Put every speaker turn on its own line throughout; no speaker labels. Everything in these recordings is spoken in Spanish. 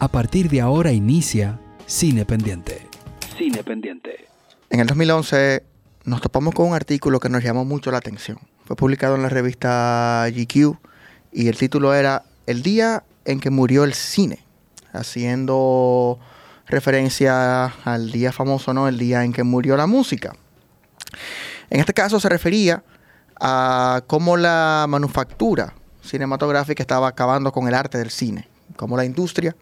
A partir de ahora inicia Cine Pendiente. Cine Pendiente.
En el 2011 nos topamos con un artículo que nos llamó mucho la atención. Fue publicado en la revista GQ y el título era El día en que murió el cine, haciendo referencia al día famoso, ¿no? El día en que murió la música. En este caso se refería a cómo la manufactura cinematográfica estaba acabando con el arte del cine, cómo la industria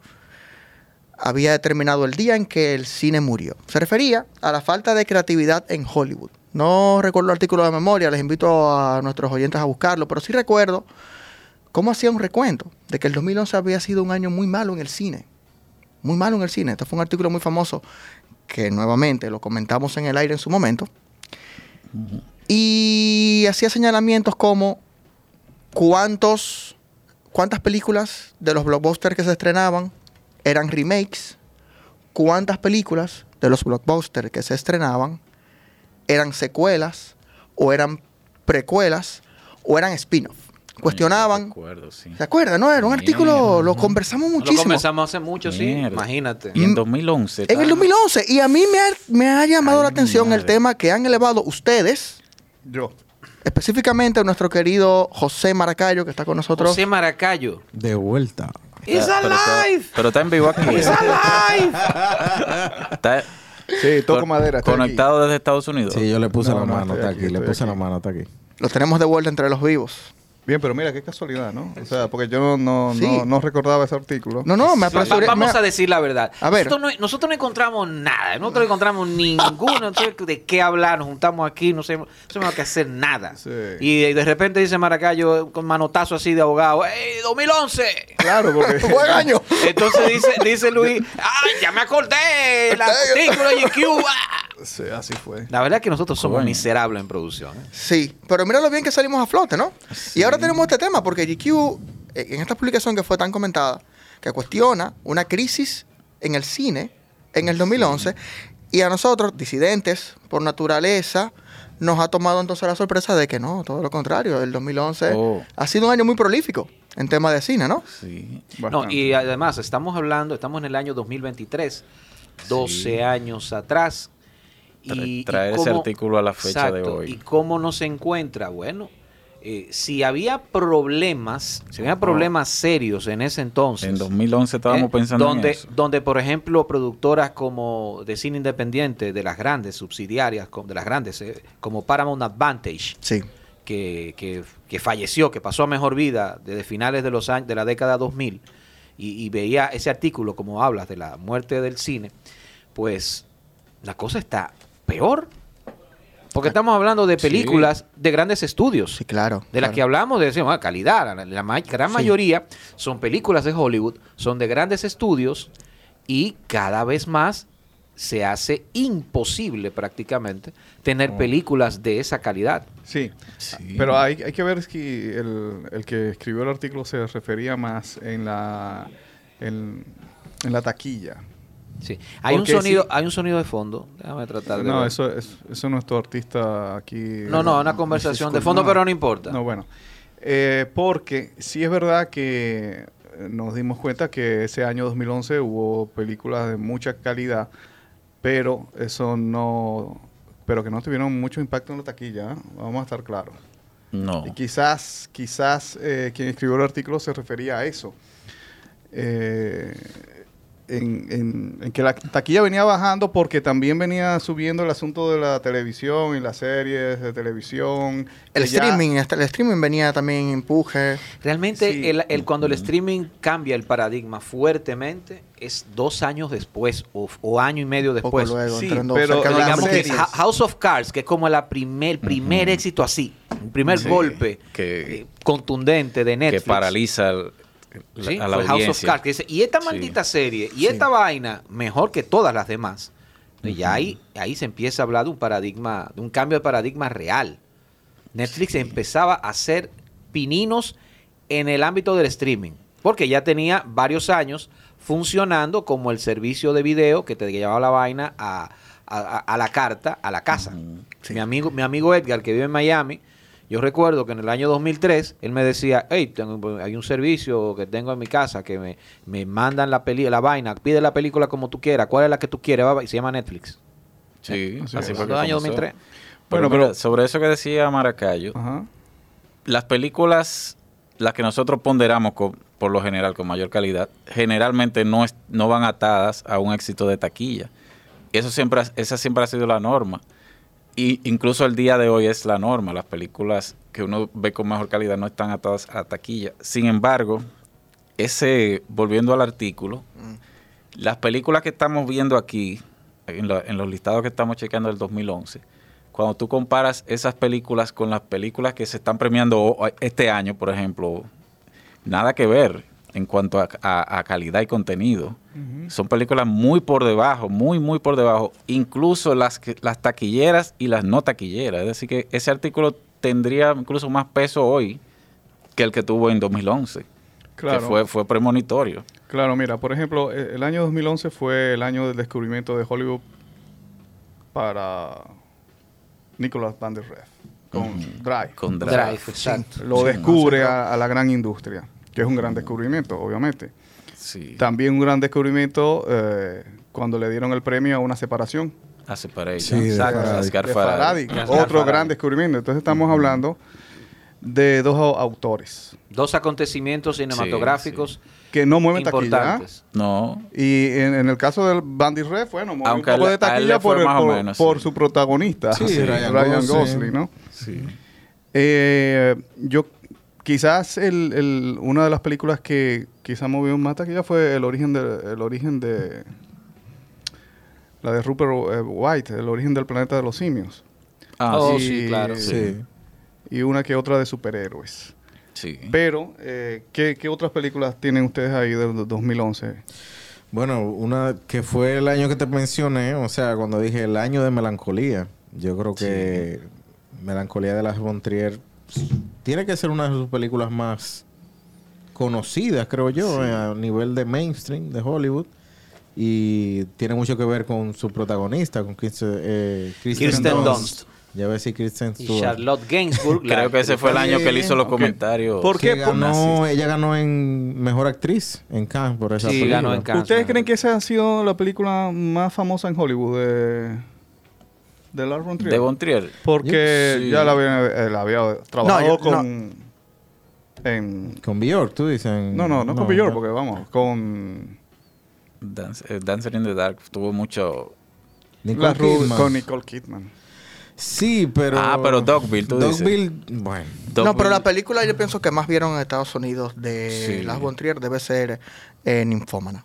había determinado el día en que el cine murió. Se refería a la falta de creatividad en Hollywood. No recuerdo el artículo de memoria, les invito a nuestros oyentes a buscarlo, pero sí recuerdo cómo hacía un recuento de que el 2011 había sido un año muy malo en el cine. Muy malo en el cine. Este fue un artículo muy famoso que nuevamente lo comentamos en el aire en su momento. Y hacía señalamientos como cuántos, cuántas películas de los blockbusters que se estrenaban eran remakes, cuántas películas de los blockbusters que se estrenaban eran secuelas o eran precuelas o eran spin-off. Cuestionaban.
Recuerdo, sí.
¿Se acuerdan? No, era un
Mierda,
artículo, lo
ajá.
conversamos
No lo
muchísimo.
comenzamos hace mucho, sí.
Mierda.
Imagínate.
Y en 2011.
En el 2011. Y a mí me ha, me ha llamado
Ay,
la atención el
madre.
tema que han elevado ustedes,
Yo.
específicamente nuestro querido José Maracayo, que está con nosotros.
José Maracayo.
De vuelta.
¡It's alive!
Ah, Pero está en vivo aquí.
¡It's alive!
Está
Sí, toco
con-
madera. estoy aquí.
Conectado desde Estados Unidos.
Sí, yo le puse
No,
la
no,
mano,
estoy
está
aquí,
aquí. Le
estoy
puse
aquí.
la mano, está aquí.
Lo tenemos de vuelta entre los vivos.
Bien, pero mira, qué casualidad, ¿no? O sea, porque yo no, no,
Sí.
no, no recordaba ese artículo.
No, no, me
Va-
apresuré.
vamos
me-
a decir la verdad.
A ver.
Nosotros no, nosotros no encontramos nada. Nosotros no encontramos ninguno. Entonces, ¿de qué hablar? Nos juntamos aquí, no sabemos, no sabemos qué hacer nada.
Sí.
Y de, de repente dice Maracayo con manotazo así de abogado: ¡Ey, 2011!
Claro, porque.
¡Buen año!
Entonces dice, dice Luis, ¡ay, ya me acordé! El artículo de GQ. ah".
Sí, así fue.
La verdad es que nosotros somos
Coño.
miserables en producción. ¿eh?
Sí, pero mira lo bien que salimos a flote, ¿no? Y ahora tenemos este tema, porque GQ, eh, en esta publicación que fue tan comentada, que cuestiona una crisis en el cine en el 2011, y a nosotros, disidentes por naturaleza, nos ha tomado entonces la sorpresa de que no, todo lo contrario, el 2011
Oh.
ha sido un año muy prolífico en tema de cine, ¿no?
Sí.
Bastante.
No, y además estamos hablando, estamos en el año 2023, 12 años atrás.
Tra-
Y, y
traer ese artículo a la fecha de
exacto,
hoy.
¿Y cómo no se encuentra? Bueno, eh, si había problemas, si había problemas serios en ese entonces.
En 2011 estábamos
¿eh?
pensando
donde,
en eso.
Donde, por ejemplo, productoras como de cine independiente, de las grandes subsidiarias, com- de las grandes, eh, como Paramount Advantage,
Sí.
que, que- que falleció, que pasó a mejor vida desde finales de los años de la década 2000 y, y veía ese artículo como hablas de la muerte del cine, pues la cosa está peor. Porque estamos hablando de películas de grandes estudios.
Sí, claro.
De las
claro.
que hablamos, de decimos, ah, calidad, la, la ma- gran
Sí.
mayoría son películas de Hollywood, son de grandes estudios y cada vez más se hace imposible prácticamente
Mm.
tener películas de esa calidad.
Sí. Pero hay, hay que ver si el, el que escribió el artículo se refería más en la, en, en la taquilla.
Sí. Hay un
Porque
sonido,
sí.
hay un sonido de fondo. Déjame tratar de.
No,
ver.
eso, es, eso no es tu artista aquí.
No, no, una conversación de fondo, pero no importa.
No, bueno. Eh, porque sí es verdad que eh, nos dimos cuenta que ese año 2011 hubo películas de mucha calidad, pero eso no... Pero que no tuvieron mucho impacto en la taquilla, ¿eh? vamos a estar claros.
No.
Y quizás, quizás eh, quien escribió el artículo se refería a eso. Eh, en, en- en que la taquilla venía bajando porque también venía subiendo el asunto de la televisión y las series de televisión.
El
que ya-
streaming, hasta el streaming venía también empuje.
Realmente,
Sí.
el, el- cuando el streaming cambia el paradigma fuertemente, es dos años después o, o año y medio
Poco
después.
luego,
sí,
entrando
pero
cerca de
las
Digamos que
series.
Ha- House of Cards, que es como la primer, el primer éxito así, el primer
Sí,
golpe
que-
eh, contundente de
que
Netflix.
paraliza al- la-
Sí,
a la
fue
audiencia.
House of Cards. que dice, y esta
Sí.
maldita serie, y esta vaina, mejor que todas las demás. Y ya ahí, ahí se empieza a hablar de un paradigma, de un cambio de paradigma real. Netflix empezaba a hacer pininos en el ámbito del streaming, porque ya tenía varios años funcionando como el servicio de video que te llevaba la vaina a, a- a- a la carta, a la casa. Mi amigo mi amigo Edgar, que vive en Miami, Yo recuerdo que en el año 2003 él me decía, hey, tengo- hay un servicio que tengo en mi casa que me, me mandan la peli la vaina, pide la película como tú quieras, cuál es la que tú quieres, va, va", y se llama Netflix. Eh,
Sí,
Así
así
es.
fue que
Todo el año
comenzó.
2003.
Pero
Bueno, pero-
mira, sobre eso que decía Maracayo,
Ajá.
las películas, las que nosotros ponderamos co- por lo general con mayor calidad, generalmente no, es- no van atadas a un éxito de taquilla. Eso siempre, ha- esa siempre ha sido la norma. Y incluso el día de hoy es la norma. Las películas que uno ve con mejor calidad no están atadas a taquilla. Sin embargo, ese, volviendo al artículo, las películas que estamos viendo aquí, en, la- en los listados que estamos chequeando del 2011, cuando tú comparas esas películas con las películas que se están premiando o- este año, por ejemplo, nada que ver en cuanto a, a- a calidad y contenido. Son películas muy por debajo, muy, muy por debajo, incluso las, que- las taquilleras y las no taquilleras. Es decir, que ese artículo tendría incluso más peso hoy que el que tuvo en 2011,
Claro.
que fue, fue premonitorio.
Claro, mira, por ejemplo, e- el año 2011 fue el año del descubrimiento de Hollywood para Nicholas Van der Reef con Drive.
Con Drive.
Drive, exacto.
Lo
Sí,
descubre a, a la gran industria, que es un gran descubrimiento, obviamente.
Sí.
También un gran descubrimiento eh, cuando le dieron el premio a una separación
Hace para ella.
Sí, de Faraday.
Asghar
de
Faraday.
Faraday, otro gran descubrimiento. Entonces estamos hablando de dos au- autores
Dos acontecimientos cinematográficos
que no mueven taquilla. ¿ah?
importantes.
No,
Y en, en el caso del Bandy Red, bueno, movió
Aunque
un poco
a él-
de
a él le
taquilla
fue
por, el-
más o
por-
menos,
por
sí.
su protagonista,
Sí, Ryan Gosling.
Ah, Gosling, ¿no?
sí.
Eh, yo, quizás el, el- una de las películas que quizás movió más taquilla fue el origen de, el origen de la de Rupert eh, White, el origen del planeta de los simios.
Ah,
Oh,
sí,
sí, claro.
Sí.
Sí.
Y una que otra de superhéroes.
sí.
Pero, eh, ¿qué, qué otras películas tienen ustedes ahí del do- 2011?
Bueno, una que fue el año que te mencioné, o sea, cuando dije el año de melancolía, yo creo que Melancolía de las Bontrier tiene que ser una de sus películas más conocidas, creo yo, eh, a nivel de mainstream de Hollywood. Y tiene mucho que ver con su protagonista, con Kirsten, eh,
Kirsten Dunst.
Ya ves si Kristen
Y
Stewart.
Charlotte Gainsbourg. la-
Creo que ese fue el año que él hizo los
Ok.
comentarios.
¿Por
Que
qué? Por-
ganó, ella ganó en Mejor Actriz en Cannes por esa
Sí,
película.
ganó en Cannes.
¿Ustedes creen que esa ha sido la película más famosa en Hollywood de, de Lars von Trier?
De Bontrier.
Porque
Sí.
ya la había, eh, la había trabajado
yo-
con... en-
Con Bjork, tú dices. en-
no, no, no, con Bjork,
no.
porque vamos, con...
Dance- eh, Dancer in the Dark tuvo mucho.
Nicole
la Ru-
Kidman.
Con Nicole Kidman.
Sí, pero.
Ah, pero Dogville, tú dices.
Dogville, bueno.
No, pero la
película.
película yo pienso que más vieron en Estados Unidos de
Sí.
Las Von Trier debe ser eh, Ninfómana.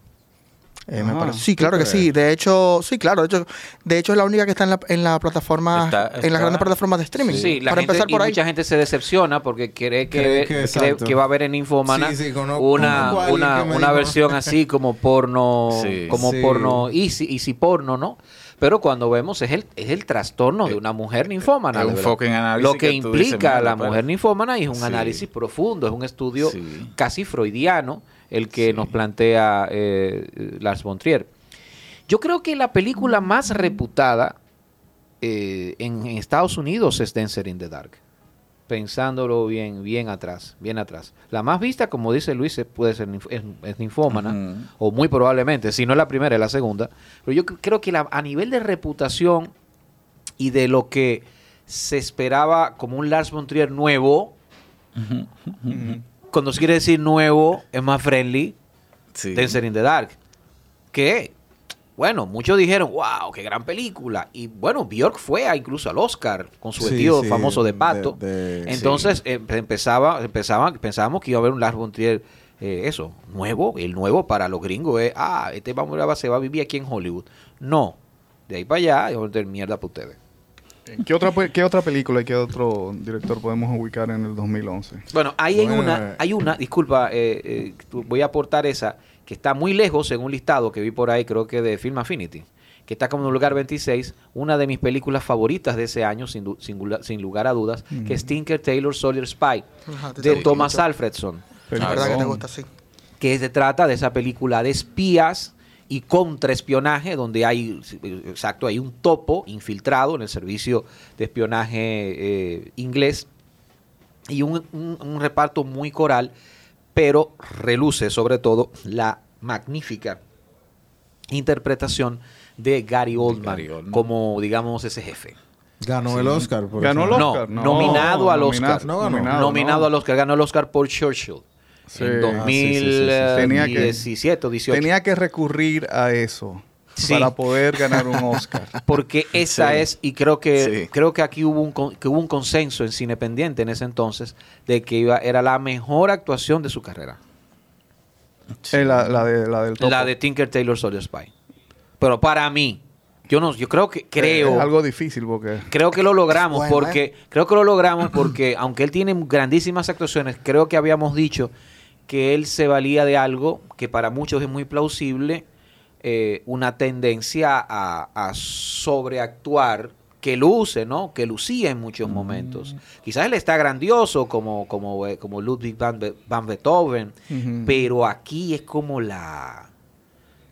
Eh, me
Ah,
parece- Sí, claro que sí. De hecho, sí, claro. De hecho, de hecho es la única que está en la, en la plataforma,
Está-
en
está-
las grandes plataformas de streaming.
Sí, la
Para
gente-
empezar por
y
ahí.
mucha gente se decepciona porque cree que,
Cree que-
cree
exacto.
que va a haber en Infomana
Sí, sí, conozco-
una,
conozco a alguien
una,
que me
una
dijo.
versión así como porno,
Sí.
como
Sí.
porno easy, easy porno, ¿no? Pero cuando vemos es el, es el trastorno de
Eh,
una mujer ninfómana.
es
de
un
verdad.
fucking análisis
Lo que,
que tú dices,
implica
mira,
la
para-
mujer ninfómana y es un
Sí.
análisis profundo, es un estudio
Sí.
casi freudiano el que nos plantea eh, Lars von Trier. Yo creo que la película más reputada eh, en, en Estados Unidos es Dancer in the Dark. Pensándolo bien, bien atrás, bien atrás. La más vista, como dice Luis, es- puede ser ninf- es, es ninfómana,
Ujú.
o muy probablemente, si no es la primera, es la segunda. Pero yo cre- creo que la- a nivel de reputación y de lo que se esperaba como un Lars von Trier nuevo, cuando se quiere decir nuevo, es más friendly,
Sí.
Dancer in the Dark. Que, bueno, muchos dijeron, wow, qué gran película. Y bueno, Bjork fue a- incluso al Oscar con su
Sí,
vestido
sí,
famoso de pato.
de- de-
Entonces eh, empezaba, empezaba, pensábamos que iba a haber un Lars von Trier, eh, eso, nuevo. El nuevo para los gringos es, ah, este va, va- se va a vivir aquí en Hollywood. No, de ahí para allá, es de mierda para ustedes.
Eh, ¿Qué otra, pe- ¿Qué otra película y qué otro director podemos ubicar en el 2011?
Bueno, ahí hay
Bueno,
una,
eh.
hay una, disculpa, eh, eh, tú- voy a aportar esa, que está muy lejos, según listado que vi por ahí, creo que de Film Affinity, que está como en el lugar 26, una de mis películas favoritas de ese año, sin, du- sin, gula- sin lugar a dudas, que es Tinker Taylor Soldier Spy,
Ajá, te
de
gusta
Thomas
mucho.
Alfredson,
La verdad que te
Peliculón.
gusta, sí.
que se trata de esa película de espías y contraespionaje, donde hay, exacto, hay un topo infiltrado en el servicio de espionaje eh, inglés y un, un- un reparto muy coral, pero reluce sobre todo la magnífica interpretación de Gary Oldman,
Gary Oldman.
como, digamos, ese jefe.
Ganó el Oscar. Por
Ganó el
ejemplo.
No,
Oscar.
nominado al Oscar.
No ganó.
Nominado,
nominado
no.
al Oscar, ganó el Oscar por Churchill
Sí.
en
Ah, sí,
sí, sí, sí, sí.
2017 o 18.
Tenía que recurrir a eso
Sí.
para poder ganar un Oscar.
Porque esa
Sí.
es, y creo que
Sí.
creo que aquí hubo un, con- que hubo un consenso en Cine Pendiente en ese entonces de que iba, era la mejor actuación de su carrera.
Eh, la, la de, la del topo.
La de Tinker Taylor Soldier Spy. Pero para mí, yo no, yo creo que creo,
Es Eh, algo difícil porque...
creo que lo logramos
Bueno,
porque creo que lo logramos porque aunque él tiene grandísimas actuaciones, creo que habíamos dicho que él se valía de algo que para muchos es muy plausible, eh, una tendencia a, a sobreactuar que luce, ¿no? Que lucía en muchos momentos. Quizás él está grandioso como como eh, como Ludwig van, Be- van Beethoven,
Ujú.
pero aquí es como la,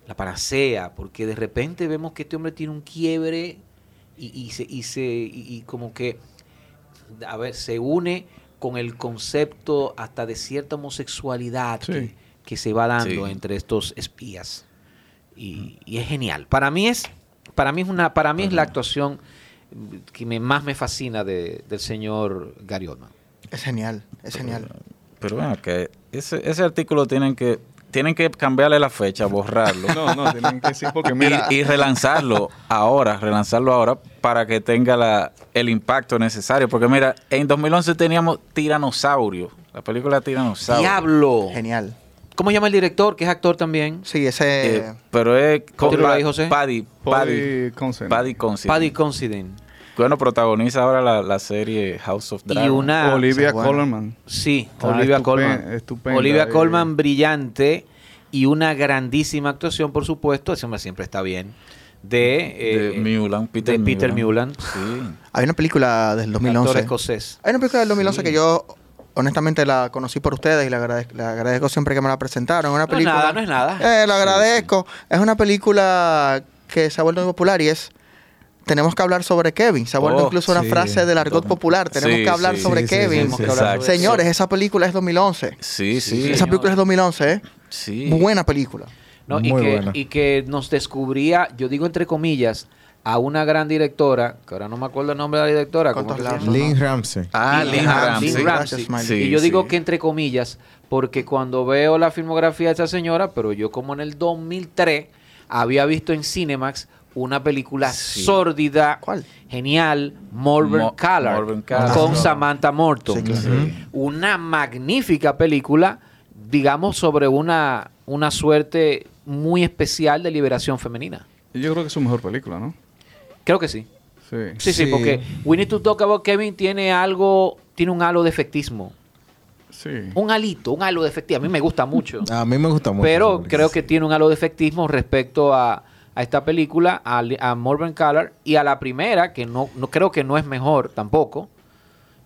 la panacea, porque de repente vemos que este hombre tiene un quiebre y, y se, y, se- y- y como que, a ver, se une con el concepto hasta de cierta homosexualidad
Sí.
que, que se va dando
Sí.
entre estos espías. Y, y es genial. Para mí es, para mí es una, para mí es la actuación mm, que me- más me fascina de- del señor Gary Oldman.
Es genial, es genial.
Pero bueno, que ese, ese artículo tienen que tienen que cambiarle la fecha, borrarlo
No, no, tienen que decir porque mira...
y, y relanzarlo ahora, relanzarlo ahora para que tenga la, el impacto necesario. Porque mira, en 2011 teníamos Tiranosaurio, la película Tiranosaurio.
¡Diablo!
Genial.
¿Cómo llama el director? Que es actor también.
Sí,
Eh,
ese.
pero es con
Tíralo
Pa-
ahí, José.
Paddy, Paddy,
Body consent.
Paddy Considine.
Paddy Considine.
Bueno, protagoniza ahora la, la serie House of Dragon.
Y una.
Olivia
bueno.
Colman.
Sí,
Ah,
Olivia
estupen-
Colman.
estupenda,
Olivia
eh.
Colman, brillante. Y una grandísima actuación, por supuesto. Ese hombre siempre está bien. De,
de
eh,
Mulan, Peter,
de Peter Mulan.
Sí.
Hay una película del
actor
2011.
escocés.
Hay una película del 2011
Sí.
que yo, honestamente, la conocí por ustedes y la agradezco, la agradezco siempre que me la presentaron. Una
No es
película,
nada, no es nada.
Ah,
Eh, la agradezco. Es una película que se ha vuelto muy popular y es. Tenemos que hablar sobre Kevin. Se ha vuelto
Oh,
incluso una
sí.
frase del argot
Totalmente.
popular. Tenemos
Sí,
que hablar
sí.
sobre
Sí, sí,
Kevin.
sí, sí,
Exacto.
Señores, esa película es 2011.
Sí,
Sí,
sí.
Esa
señor.
película es 2011, ¿eh?
sí.
Buena película.
No, y,
Muy
que,
buena.
y que nos descubría, yo digo entre comillas, a una gran directora, que ahora no me acuerdo el nombre de la directora. ¿cómo
¿Cuántos
que se llama?
lazos?
Lynn Ramsey.
Ah, Lynn Ramsey.
Lynn Ramsey.
Gracias, Smiley.
Sí,
y yo digo
sí.
que entre comillas, porque cuando veo la filmografía de esta señora, pero yo como en el 2003 había visto en Cinemax una película
Sí.
sórdida,
¿Cuál?
genial, Morven
Mo-
Callar,
Morven Callar.
con
Ah,
Samantha Morton.
Sí, claro.
Sí.
Una magnífica película, digamos, sobre una, una suerte muy especial de liberación femenina.
Yo creo que es su mejor película, ¿no?
Creo que sí.
Sí.
Sí, sí,
Sí.
porque We Need to Talk About Kevin tiene algo, tiene un halo de efectismo.
Sí.
Mm.
Un alito, un halo de efectismo. A mí me gusta mucho.
A mí me gusta mucho. esa
pero
película.
creo que tiene un halo de efectismo respecto a, a esta película, a, Li- a Morven Callar y a la primera, que no, no creo que no es mejor tampoco.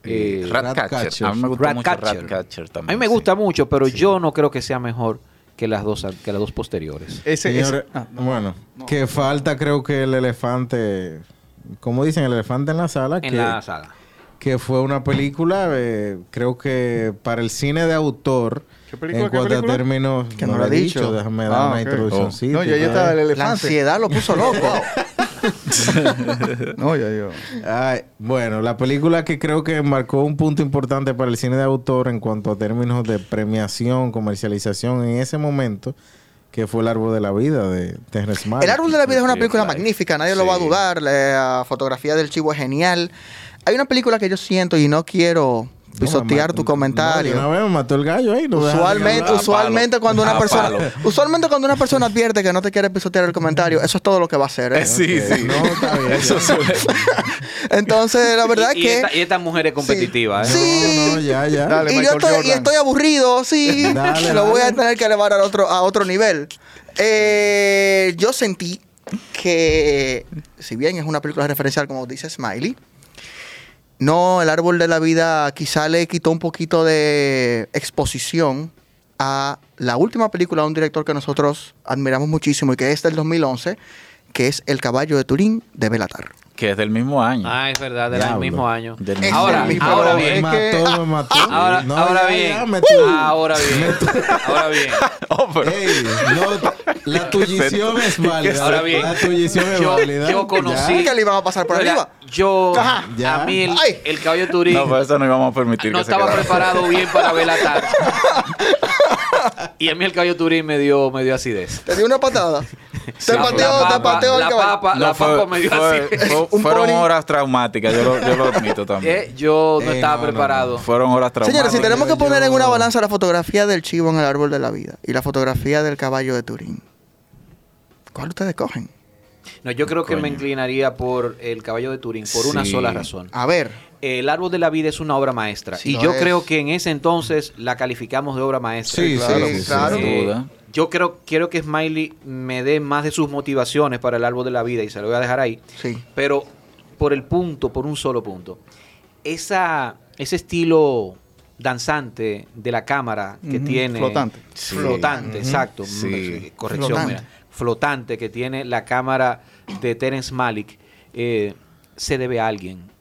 Eh,
Ratcatcher. A mí me gustó mucho
Ratcatcher.
Ratcatcher
a
también.
mí me
sí.
gusta mucho, pero yo no creo que sea mejor que las dos, an- que las dos posteriores.
Ese, ese-
Señores,
ah, no.
bueno, que falta creo que el elefante, como dicen, el elefante en la sala, que,
En la sala.
que fue una película, eh, creo que para el cine de autor,
¿Qué película,
en
qué
cuanto
película?
a términos,
Que no lo he dicho.
déjame dar
Ah,
una
ok.
introduccióncita ¿eh?
No,
y
ya ahí
todo.
está el
La
elefante.
ansiedad lo puso loco.
No, ya yo.
Ay, bueno, la película que creo que marcó un punto importante para el cine de autor en cuanto a términos de premiación, comercialización en ese momento, que fue El Árbol de la Vida de Terrence Malick.
El árbol de la vida es una
Sí,
película
claro.
magnífica, nadie lo va a
Sí.
dudar. La fotografía del chivo es genial. Hay una película que yo siento y no quiero
No, me
pisotear
mató-
tu
No, de
comentario.
una vez me mató el gallo ahí. no dejaste que
Usualmente,
hablara.
A
usualmente
palo.
cuando una
A
persona,
palo.
usualmente cuando una persona advierte que no te quiere pisotear el comentario, eso es todo lo que va a hacer. ¿eh?
Sí,
Ok,
sí.
No, está bien.
Eso suele-
Entonces, la verdad
y, y
que
esta- y estas mujeres competitivas. ¿eh?
Sí.
No, no, ya, ya.
Dale.
y yo
Michael
estoy, y
Jordan.
estoy aburrido, sí.
Dale,
lo voy a
dale.
tener que elevar a otro, a otro nivel. Eh, yo sentí que, si bien es una película referencial, como dice Smiley, no, el árbol de la vida quizá le quitó un poquito de exposición a la última película de un director que nosotros admiramos muchísimo y que es del 2011, que es El caballo de Turín de Belatar.
que es del mismo año.
Ah, es verdad, del
Diablo.
mismo año.
Del
Es
mismo
ahora,
año.
mismo
ahora
año.
Me
bien.
mató, me mató.
Ahora,
No,
ahora,
ya,
bien. Ah,
ya, me tu-
ahora bien. Ahora bien.
Oh, pero-
Ey, no, la tullición es válida.
Ahora bien.
La tullición es
Yo-
válida.
yo conocí-
¿Qué le iban a pasar por
Mira,
arriba?
Yo,
Ya.
a mí el,
Ay.
el caballo turín
No, por eso no íbamos a permitir
no
que se
estaba
quedara.
preparado bien para delatar. y a mí el caballo turín me dio, me dio acidez.
Te dio una patada. te pateó,
La- la
te
papa-
pateó el
la
caballo.
papa- la
No, fue-
papa me dio
fue-
acidez.
fue-
Un
fueron
pony.
horas traumáticas, yo lo, yo lo admito también.
Eh, yo no
Eh,
estaba
no, no,
preparado.
Fueron horas traumáticas.
Señores, si tenemos que
yo-
poner en una balanza la fotografía del chivo en el árbol de la vida y la fotografía del caballo de Turín, ¿cuál ustedes cogen?
No, yo creo que
Coño.
me inclinaría por el caballo de Turín por una
Sí.
sola razón.
A ver,
El árbol de la vida es una obra maestra.
Ah. Sí,
y
lo
yo
es.
creo que en ese entonces la calificamos de obra maestra.
Sí,
Claro,
sí, sí,
claro.
sí.
Eh,
Sin duda.
yo creo, quiero que Smiley me dé más de sus motivaciones para el árbol de la vida y se lo voy a dejar ahí.
sí.
Pero por el punto, por un solo punto. Esa, ese estilo danzante de la cámara que
Ujú,
tiene.
flotante.
Sí.
Flotante,
Ujú.
exacto.
Sí.
Mm, Corrección,
Flotante.
mira. Flotante que tiene la cámara de Terence Malik eh, se debe a alguien.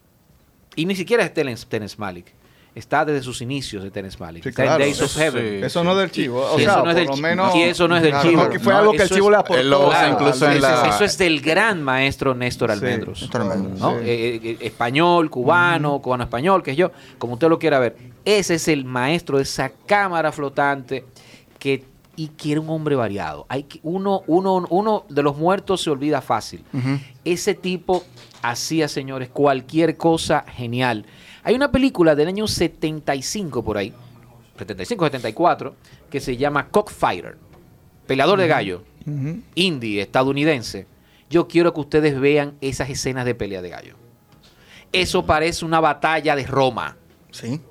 Y ni siquiera es Terence, Terence Malik. Está desde sus inicios de Terence Malik.
Sí,
Está en
claro.
Days of
Sí.
Heaven.
Eso no es del chivo. O
Y
sea,
eso no es
por
del
lo
chi-
menos.
y eso no es del
Claro,
chivo.
que fue
No,
algo que el
eso
chivo
es-
le aportó.
Él lo usa
al-
incluso
al-
en la-
Eso es del gran maestro Néstor
Sí,
Almendros.
Néstor Almendros,
¿no?
sí.
Eh, eh, español, cubano, cubano-español, que yo, como usted lo quiera ver. Ese es el maestro de esa cámara flotante que y quiere un hombre variado. Hay que, uno, uno, uno de los muertos se olvida fácil.
Ujú.
Ese tipo hacía, señores, cualquier cosa genial. Hay una película del año 75 por ahí, 75, 74, que se llama Cockfighter, Peleador de Gallo, indie, estadounidense. Yo quiero que ustedes vean esas escenas de pelea de gallo. Eso parece una batalla de Roma,
Sí.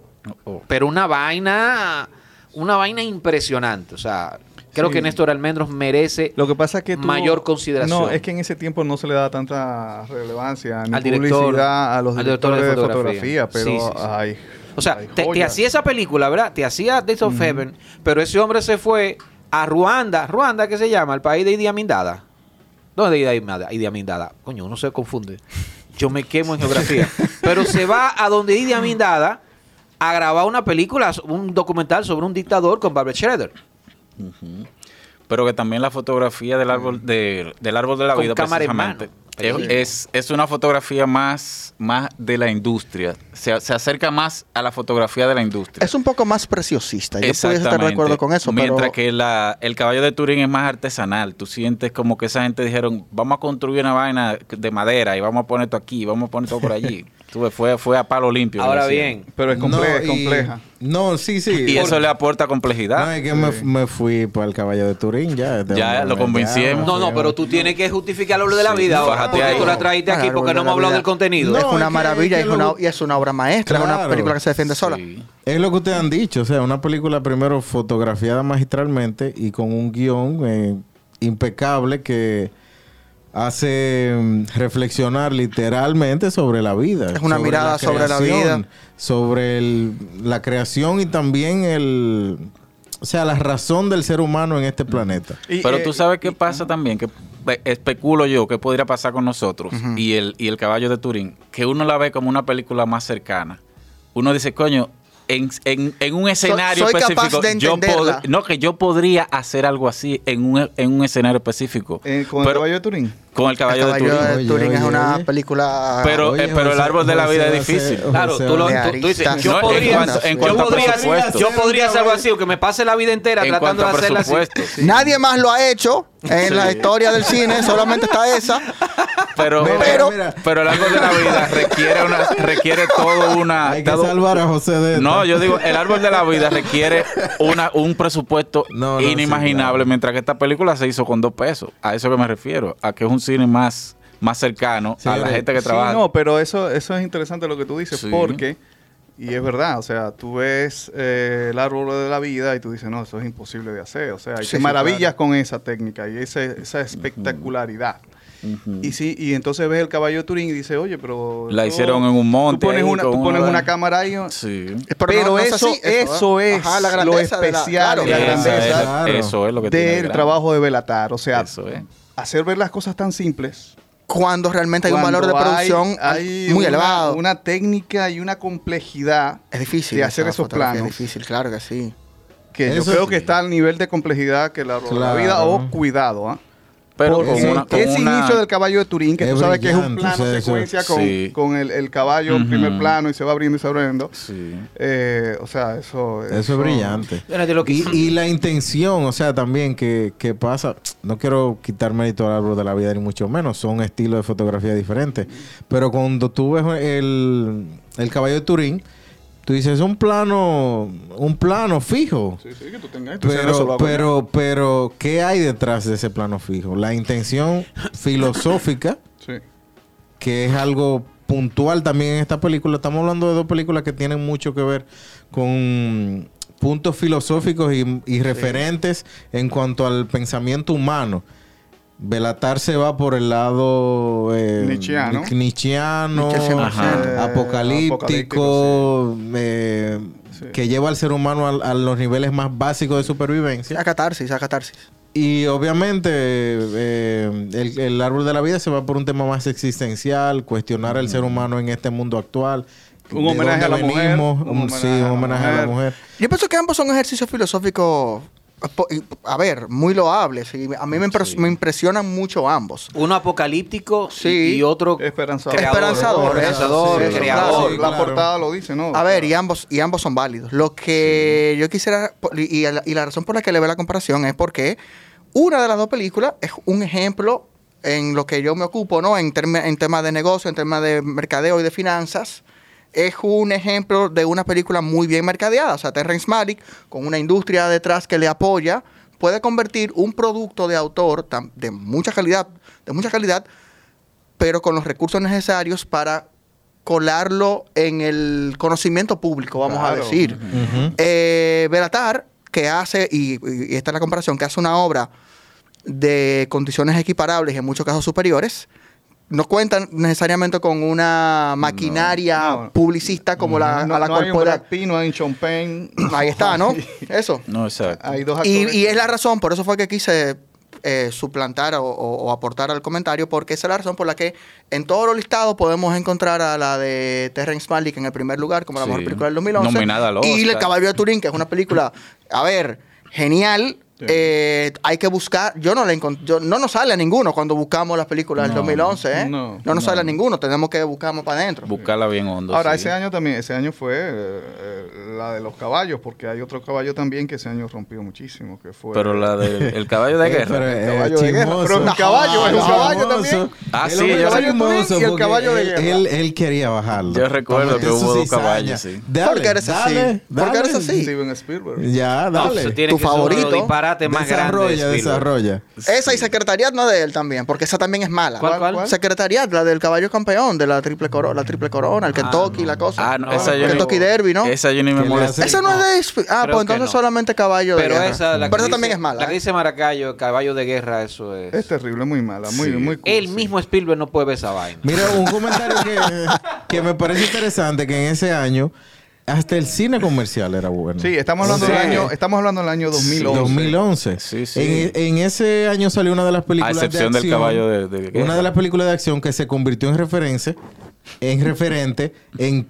Oh,
pero una vaina, una vaina impresionante. O sea, creo
Sí.
que Néstor Almendros merece
Lo que pasa es que tuvo-
mayor consideración.
No, es que en ese tiempo no se le daba tanta relevancia ni
Al director,
publicidad a los
al director
directores de
de
fotografía,
fotografía.
pero
Sí, sí, sí.
ay,
O sea,
ay,
te, te
joyas.
hacía esa película, ¿verdad? Te hacía Days of Heaven, pero ese hombre se fue a Ruanda. ¿Ruanda qué se llama? El país de Idi Amin Dada. ¿Dónde es Idi Amin Dada? Idi Amin Dada. Coño, uno se confunde. Yo me quemo en geografía. pero se va a donde Idi Amin Dada a grabar una película, un documental sobre un dictador con Barbara Schroeder.
Pero que también la fotografía del árbol de, del árbol de la
Mm. Con
vida
cámara en
precisamente
mano.
es, es- es una fotografía más, más de la industria. Se, se acerca más a la fotografía de la industria.
Es un poco más preciosista. Yo pudiese estar de acuerdo con eso,
Mientras
pero...
que la- el caballo de Turín es más artesanal. Tú sientes como que esa gente dijeron, vamos a construir una vaina de madera y vamos a poner esto aquí, vamos a poner esto por allí. Tú ves, fue, fue a palo limpio. que
Ahora
le
bien,
hicieron.
pero es comple-
No,
es
y-
compleja.
No, sí, sí.
Y eso le aporta complejidad.
No, es que me, me fui para el caballo de Turín ya. de
Ya,
una
lo
vez,
convencí.
ya,
No, no,
fui,
pero tú tienes que justificar lo de la
Sí,
vida ahora.
fájate
Porque
ahí.
tú la trajiste
Claro,
aquí porque
árbol de
no hemos
la
hablado
vida.
del contenido.
No,
es
es
una
que-
maravilla
es
y,
que
es una,
lo-
y es una obra maestra, es una
Claro.
película que se defiende sola.
Sí.
Es lo que ustedes han dicho, o sea, una película primero fotografiada magistralmente y con un guión eh, impecable que hace mm, reflexionar literalmente sobre la vida.
Es una mirada sobre la
creación,
vida.
Sobre el- la creación y también el... O sea, la razón del ser humano en este planeta.
Y,
Pero
eh,
tú sabes qué pasa también, que pe- especulo yo que podría pasar con nosotros y, el, y el caballo de Turín, que uno la ve como una película más cercana. Uno dice, coño, en, en- en un escenario
soy capaz
específico,
de
yo
entenderla.
pod- no, que yo podría hacer algo así en un, en un escenario específico.
eh, con el
pero,
caballo de Turín.
con el caballo,
El
de
caballo
Turín.
de
Oye,
Turín es
oye,
una
oye.
película...
Pero, eh, pero el árbol de la vida es
José,
difícil.
José,
Claro, tú, lo,
José.
tú- tú dices,
Realista,
yo
No, en
podría,
cuanto- en
yo
cuanto a
podría-
presupuesto.
yo podría hacer algo así, o que me pase la vida entera
En cuanto
tratando de
a
hacerla así.
presupuesto.
Nadie más lo ha hecho en
Sí.
la historia del cine, solamente está esa.
Pero,
Mira,
pero,
mira.
pero el árbol de la vida requiere, una, requiere todo una...
Hay que
todo-
salvar a José de...
No,
esta.
yo digo, el árbol de la vida requiere una, un presupuesto
No, no, sí,
inimaginable,
claro.
mientras que esta película se hizo con dos pesos. A eso que me refiero, a que es un cine más, más cercano a la
Señores,
gente que
Sí,
trabaja.
no, pero eso, eso es interesante lo que tú dices,
Sí.
porque, y es verdad, o sea, tú ves eh, el árbol de la vida y tú dices, no, eso es imposible de hacer. O sea, y
Sí,
te
sí,
maravillas
claro.
con esa técnica y ese- esa espectacularidad. Y sí, y entonces ves el caballo de Turín y dices, oye, pero...
La
esto-
hicieron en un monte
Tú pones
ahí,
una,
con
tú pones
una-
una cámara ahí...
Sí.
Pero,
no- no es
eso,
así, eso,
eso
¿eh?
es
Ajá, la
lo
grandeza de la-
especial y la,
claro,
Esa
grandeza
es-
claro.
Eso es lo que tiene
del
grande.
trabajo de Belatar. O sea,
Eso es.
hacer ver las cosas tan simples
cuando realmente hay un
Cuando
valor de
hay-
producción al-
hay
muy
una-
elevado.
Una técnica y una complejidad
es difícil.
de hacer
esa
esos
fotografía
planos.
Es difícil, claro que sí.
que yo
Eso
creo
sí.
que está al nivel de complejidad que la, la
Claro.
vida o cuidado. ¿ah?
Pero
Porque
con
sí,
una, con
ese
una-
inicio del caballo de Turín, que
Es
tú sabes que es un
brillante,
plano
o sea, eso-
secuencia con,
Sí.
con el, el caballo en
Ujú.
primer plano y se va abriendo y se va abriendo.
Sí.
Eh, o sea, eso,
Eso es brillante.
Bueno, de lo que-
y, y la intención, o sea, también que, que pasa, no quiero quitar mérito al árbol de la vida ni mucho menos, son estilos de fotografía diferentes, pero cuando tú ves el, el caballo de Turín, tú dices, es un plano, un plano fijo.
Sí, sí, que tú tengas esto, o sea, no se lo
Pero,
hago yo.
pero, pero, ¿qué hay detrás de ese plano fijo? La intención filosófica
Sí.
que es algo puntual también en esta película. Estamos hablando de dos películas que tienen mucho que ver con puntos filosóficos y, y referentes en cuanto al pensamiento humano. Belatar se va por el lado eh,
Nietzscheano.
ni- nietzscheano,
Nietzsche siempre
Ajá.
eh, apocalíptico, eh,
Sí.
que lleva al ser humano al- a, los niveles más básicos de supervivencia.
A catarsis, a catarsis.
Y obviamente eh, el, el árbol de la vida se va por un tema más existencial, cuestionar al ser humano en este mundo actual.
Un
de
homenaje
dónde
a la mujer, un
venimos, un-
homenaje
sí,
a la
un homenaje a la
mujer.
mujer.
Yo pienso que ambos son ejercicios filosóficos, eh, po- y- a ver, muy loables. Y a mí me, impres- me impresionan mucho ambos.
Uno apocalíptico y-
Sí.
y otro
Esperanzador.
creador.
Esperanzador,
Esperanzador,
eso, sí,
creador.
la
claro.
portada lo dice, ¿no?
A ver, y ambos, y ambos son válidos. Lo que yo quisiera, po- y, y la, y la razón por la que le veo la comparación es porque una de las dos películas es un ejemplo en lo que yo me ocupo, ¿no? En, term- en temas de negocio, en temas de mercadeo y de finanzas. Es un ejemplo de una película muy bien mercadeada. O sea, Terrence Malick, con una industria detrás que le apoya, puede convertir un producto de autor tam- de mucha calidad, de mucha calidad, pero con los recursos necesarios para colarlo en el conocimiento público, vamos a
Claro.
decir.
Ujú.
Eh, Belatar, que hace, y, y esta es la comparación, que hace una obra de condiciones equiparables y en muchos casos superiores, no cuentan necesariamente con una maquinaria
No, no.
publicista como la,
no,
a la
no
cual
hay un
pueda-
Brad Pitt, no hay un Sean Penn.
Ahí está, ¿no? Eso.
No, exacto.
Hay dos
Y,
actores.
y es la razón, por eso fue que quise eh, suplantar o, o- o aportar al comentario, porque esa es la razón por la que en todos los listados podemos encontrar a la de Terrence Malick en el primer lugar, como la
Sí.
mejor película del 2011.
Nominada al
Y El
Oscar.
Caballo de Turín, que es una película, a ver, genial.
Sí.
Eh, hay que buscar, yo no la encon- yo- no nos sale a ninguno cuando buscamos las películas del
No,
2011, ¿eh?
no,
No, nos sale a ninguno, tenemos que buscarnos para adentro.
Buscarla bien hondo.
Ahora,
sí.
ese año también, ese año fue eh, eh, la de los caballos, porque hay otro caballo también que ese año rompió muchísimo, que fue...
Pero la del el caballo de
Eh, pero,
guerra.
eh,
caballo de guerra.
chismoso.
Pero un caballo,
es un
Ah,
caballo
chismoso.
también.
Ah,
El
sí,
hombre
yo-
caballo
Twin y el
chismoso, porque
caballo de guerra.
Él, él quería bajarlo.
Yo recuerdo
Para
que
meter
hubo
su
dos caballos,
cizaña.
sí.
Dale,
Porque eres así.
dale,
Porque eres
dale.
así.
Steven Spielberg.
Ya,
No,
dale.
eso tiene
Tu
que ser uno de los
favorito.
disparates más grandes.
desarrolla,
Spielberg.
desarrolla.
Esa y Secretariat no de él también, porque esa también es mala.
¿Cuál, cuál?
Secretariat, la del caballo campeón, de la triple, coro- la triple corona, el Kentucky, la cosa.
Ah, no, esa yo
Kentucky
ni-
Derby, ¿no? Esa,
Esa yo ni me
Que le
molesté.
hace-
no es de... Ah,
Creo
pues
que
entonces
no.
solamente caballo de
Pero
guerra.
esa, la que
Pero esa
dice-
también es mala.
La que
¿eh? Este,
dice Maracayo, caballo de guerra, eso es.
Es terrible, muy mala, muy, muy cursi.
El mismo Spielberg no puede ver esa vaina.
Mira, un comentario que, que me parece interesante que en ese año hasta el cine comercial era bueno.
Sí, estamos hablando,
Sí.
del año, estamos hablando del año 2011.
2011.
Sí, sí.
En, en ese año salió una de las
A
películas
excepción
de
del
acción,
caballo de, de guerra.
una de las películas de acción que se convirtió en referencia, en referente en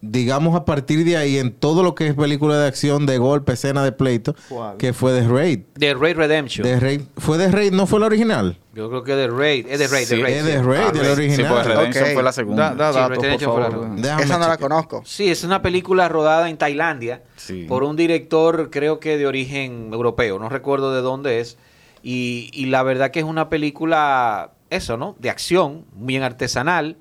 digamos a partir de ahí en todo lo que es película de acción, de golpe, escena de pleito,
¿Cuál?
que fue The Raid.
The Raid Redemption.
The Raid fue The Raid, no fue la original.
Yo creo que The Raid. Es The Raid,
Sí,
The Raid.
es
sí.
The Raid,
Ah,
el original.
Sí, pues Redemption
Ok.
fue la
Da,
segunda.
da
Sí,
datos, por
Retention fue la
favor.
ronda.
Déjame
¿eh? esa no la
chequear.
conozco.
Sí, es una película rodada en Tailandia
Sí.
por un director, creo que de origen europeo, no recuerdo de dónde es. Y, y la verdad que es una película, eso, ¿no? De acción, muy bien artesanal,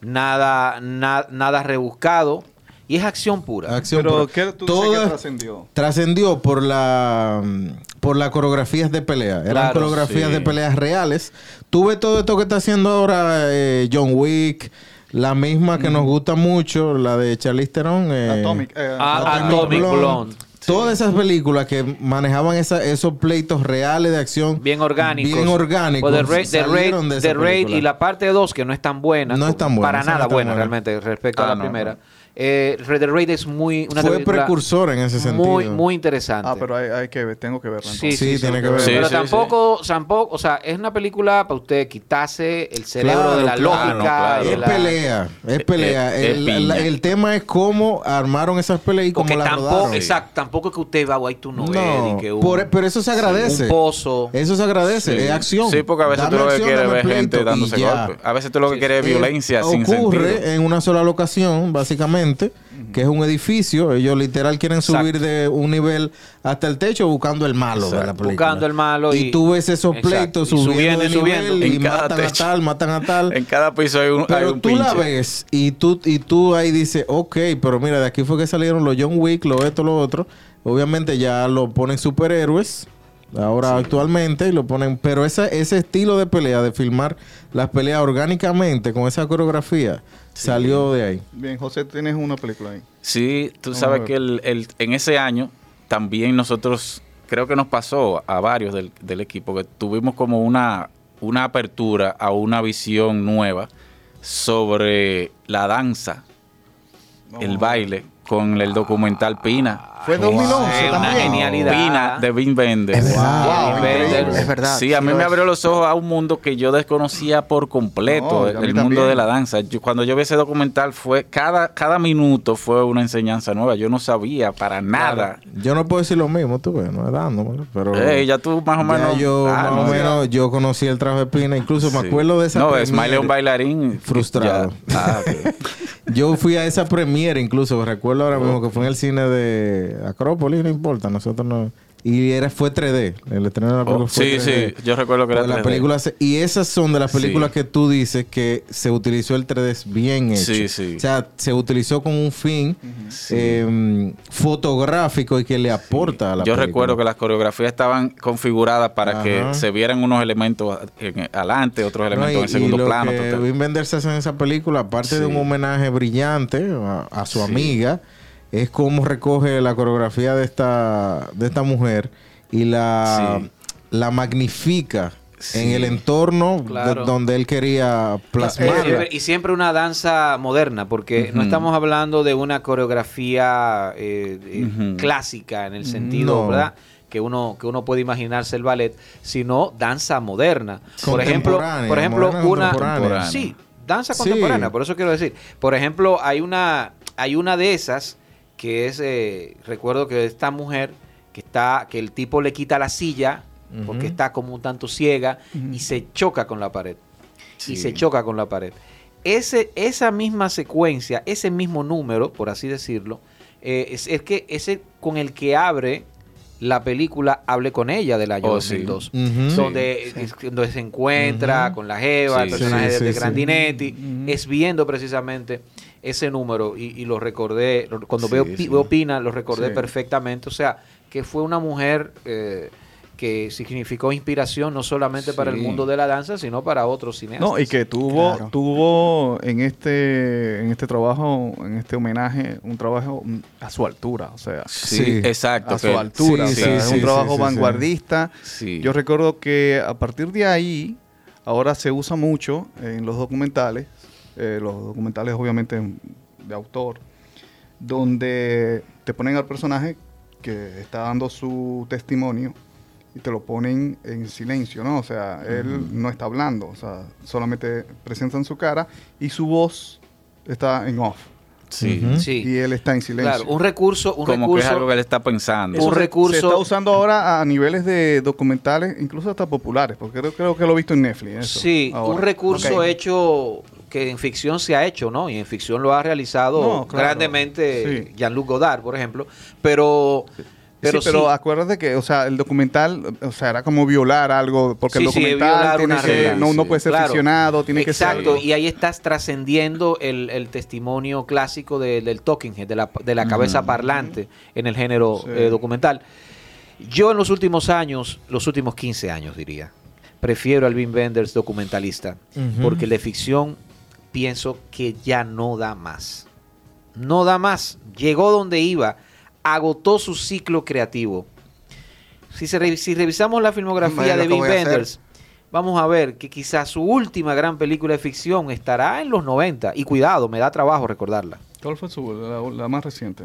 nada, na- nada rebuscado, y es acción pura.
Acción
Pero,
pura.
¿qué tú dices que
Todas-
trascendió?
trascendió por la mm, por las coreografías de pelea. Eran
Claro,
coreografías
sí.
de peleas reales. Tuve todo esto que está haciendo ahora eh, John Wick, la misma
Mm.
que nos gusta mucho, la de Charlize Theron. eh,
Atomic. eh,
Ah,
Atomic.
Atomic Blonde.
Todas esas películas que manejaban esa- esos pleitos reales de acción.
Bien Pues orgánicos.
Bien orgánicos.
O The Raid, The Raid,
salieron de esa
The Raid
película.
y la parte 2, que no es tan buena.
No es tan buena,
Para
esa no
nada
es tan
buena,
buena.
realmente, respecto
Ah,
a la
no,
primera.
no.
Eh, Red Dead Red es muy, una
Fue
película
precursor en ese sentido.
muy, muy interesante.
Ah, pero hay, hay que ver, tengo que verla.
Sí,
entonces.
Sí,
sí, sí,
tiene
sí.
que ver.
Sí,
pero
sí,
tampoco, tampoco, o sea, es una película para usted quitarse el cerebro
Claro,
de la
claro,
lógica.
claro.
y de
Es
la- Eh,
pelea, es pelea.
es- es
el,
piña.
la- el tema es cómo armaron esas peleas y cómo
Porque
las
tampoco,
rodaron.
exacto, tampoco es que usted va a tu
No,
novela y eh, que un-
por- pero eso se agradece.
Un pozo.
Eso se agradece,
Sí.
es acción.
Sí, porque a veces
Dame
tú lo que
acción,
quieres es
dame
ver
pleito
gente
y
dándose
ya.
golpes. A veces tú lo que quieres es
Eh,
violencia sin sentido.
ocurre en una sola locación, básicamente, que es un edificio. Ellos literal quieren
Exacto.
subir de un nivel hasta el techo buscando el malo de la
Exacto.
película.
Buscando el malo
Y,
y-
tú ves esos
Exacto.
pleitos
Y
subiendo,
subiendo
de
y subiendo.
nivel, y
En cada
matan a
techo.
tal, matan a tal.
En cada piso hay un, hay
Pero
un
tú la
pinche.
ves y tú, y tú ahí dices, ok, pero mira, de aquí fue que salieron los John Wick, lo esto, lo otro. Obviamente ya lo ponen superhéroes, ahora actualmente, y lo ponen. Pero esa, ese estilo de pelea, de filmar las peleas orgánicamente con esa coreografía, salió de ahí.
Bien, José, tienes una película ahí.
Sí, tú
Vamos a
sabes
ver.
que el- el- en ese año también nosotros, creo que nos pasó a varios del, del equipo, que tuvimos como una, una apertura a una visión nueva sobre la danza, el baile, con el documental Pina.
Fue en
Wow.
2011
Eh, una
también.
genialidad.
Pina de Vin Wenders.
Es verdad.
Wow,
increíble,
increíble.
es verdad.
Sí, a mí
lo
me
es.
abrió los ojos a un mundo que yo desconocía por
No,
completo,
y a
el,
mí
el mundo
también.
de la danza. Yo- cuando yo vi ese documental fue cada cada minuto fue una enseñanza nueva. Yo no sabía para nada.
Yo no puedo decir lo mismo, tú ves, no es dándome, pero.
Ey, ya tú más o
ya
menos.
yo,
Ah,
más
no,
o menos, yo conocí el traje de Pina, incluso
sí.
me acuerdo de esa.
No,
premiere.
Smiley es un bailarín
Frustrado.
Ya. Ah, ok.
Yo fui a esa premiere incluso, recuerdo ahora mismo que fue en el cine de Acrópolis, no importa, nosotros no... Y era, fue 3D, el estreno de la película
Oh,
fue
sí,
3D.
sí, yo recuerdo que era
Pues la
3D.
película se- y esas son de las películas
Sí.
que tú dices que se utilizó el 3D bien hecho.
Sí, sí.
O sea, se utilizó con un fin
Sí.
eh, fotográfico y que le aporta a la
Yo
película.
recuerdo que las coreografías estaban configuradas para
Ajá.
que se vieran unos elementos en- adelante, otros
No,
elementos en el
y-
segundo
y lo
plano.
Que
total.
Wim Wenders hace en esa película, aparte de
Sí.
un homenaje brillante a, a su
Sí.
amiga, es como recoge la coreografía de esta, de esta mujer y la,
Sí.
la magnifica en
Sí.
el entorno de-
Claro.
donde él quería plasmarla.
Siempre- y siempre una danza moderna, porque no
Ujú.
estamos hablando de una coreografía eh, eh,
Ujú.
clásica en el sentido,
No.
¿verdad? Que uno, que uno puede imaginarse el ballet, sino danza moderna. Por ejemplo,
Contemporánea,
por ejemplo
moderna
una
contemporánea.
sí, danza
Sí.
contemporánea, por eso quiero decir. Por ejemplo, hay una, hay una de esas que es, eh, recuerdo que esta mujer que está, que el tipo le quita la silla porque
Ujú.
está como un tanto ciega y se choca con la pared
Sí.
y se choca con la pared. Ese, esa misma secuencia, ese mismo número, por así decirlo, eh, es, es que ese con el que abre la película Hable con ella del año
Oh, sí.
2002.
Ujú.
Donde, es- donde se encuentra
Ujú.
con la Jeva, el
Sí.
personaje
Sí,
de,
sí,
de
sí.
Grandinetti,
Ujú.
es viendo precisamente ese número y, y lo recordé, lo- cuando
Sí,
veo,
sí.
Pi- veo Pina, lo recordé
Sí.
perfectamente, o sea, que fue una mujer eh, que significó inspiración no solamente para el
Sí.
mundo de la danza, sino para otros cineastas.
No, y que tuvo,
Claro.
tuvo en este, en este trabajo, en este homenaje, un trabajo mm, a su altura, o sea,
Sí,
Sí.
exacto.
a su
que-
altura,
Sí,
o sea,
sí,
es
sí,
un
sí,
trabajo
sí, sí.
vanguardista.
Sí.
Yo recuerdo que a partir de ahí, ahora se usa mucho en los documentales, eh, los documentales obviamente de autor, donde te ponen al personaje que está dando su testimonio y te lo ponen en silencio, ¿no? O sea, él no está hablando, o sea, solamente presentan su cara y su voz está en off
sí.
Ujú.
Sí.
¿Mm? y él está en silencio.
Claro, un recurso, un
Como que es
recurso.
algo que él está pensando.
Eso un
se-
recurso-
se está usando ahora a niveles de documentales, incluso hasta populares, porque creo, creo que lo he visto en Netflix. eso,
sí,
ahora.
un recurso
Ok.
hecho que en ficción se ha hecho, ¿no? Y en ficción lo ha realizado
No, claro.
grandemente
Sí.
Jean-Luc Godard, por ejemplo. Pero, pero
Pero,
sí,
pero acuérdate que, o sea, el documental, o sea, era como violar algo, porque el
Sí, sí,
documental
violar
tiene
una
que-
regla,
no,
sí.
no puede ser
Claro.
ficcionado, tiene
Exacto,
que ser...
y ahí estás trascendiendo el, el testimonio clásico de- del talking head, de la, de la cabeza parlante en el género
Sí.
eh, documental. Yo en los últimos años, los últimos 15 años diría, prefiero al Wim Wenders documentalista,
Ujú.
porque el de ficción pienso que ya no da más. No da más. Llegó donde iba, agotó su ciclo creativo. Si, se re- si revisamos la
Bueno,
filmografía de
¿qué
Wim
voy a hacer?
Wenders, vamos a ver que quizás su última gran película de ficción estará en los 90. Y cuidado, me da trabajo recordarla.
¿Cuál fue su, la, la más reciente?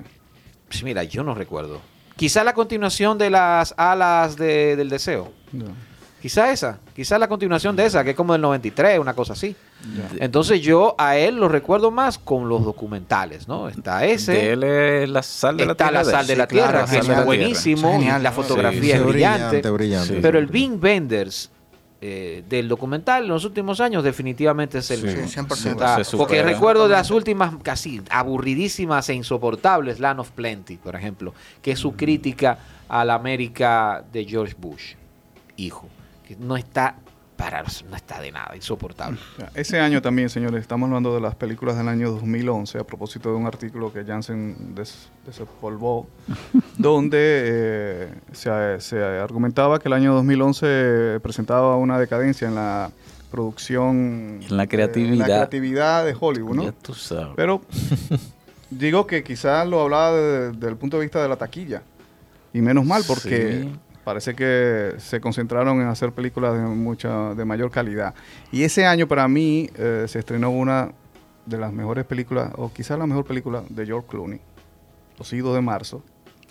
Pues mira, yo no recuerdo. Quizá la continuación de las alas de- del deseo.
Ya,
Quizá esa, quizá la continuación de esa, que es como del 93, una cosa así.
ya.
Entonces yo a él lo recuerdo más con los documentales, ¿no? Está ese.
De él es la sal de la
está
tierra.
la
de él.
sal de la
Sí, claro,
tierra,
la
que
sal de la
es
tierra.
buenísimo,
Genial,
la
¿no?
fotografía es
Sí,
brillante.
brillante.
Sí.
Pero el Bing Benders eh, del documental en los últimos años definitivamente es el
Sí,
mejor.
Sí, 100%.
Está-
se supera.
porque recuerdo de las últimas casi aburridísimas e insoportables, Land of Plenty, por ejemplo, que es
Mm.
su crítica a la América de George Bush, hijo, que no está para no está de nada insoportable.
Ya, Ese año también, señores, estamos hablando de las películas del año 2011, a propósito de un artículo que Janssen des- desempolvó, donde eh, se, se argumentaba que el año 2011 presentaba una decadencia en la producción...
En la
eh,
creatividad.
la creatividad de Hollywood, ¿no?
Ya tú sabes.
Pero digo que quizás lo hablaba de- desde el punto de vista de la taquilla. Y menos mal, porque
Sí.
parece que se concentraron en hacer películas de, mucha, de mayor calidad. Y ese año para mí eh, se estrenó una de las mejores películas, o quizás la mejor película de George Clooney, Los Idos de Marzo.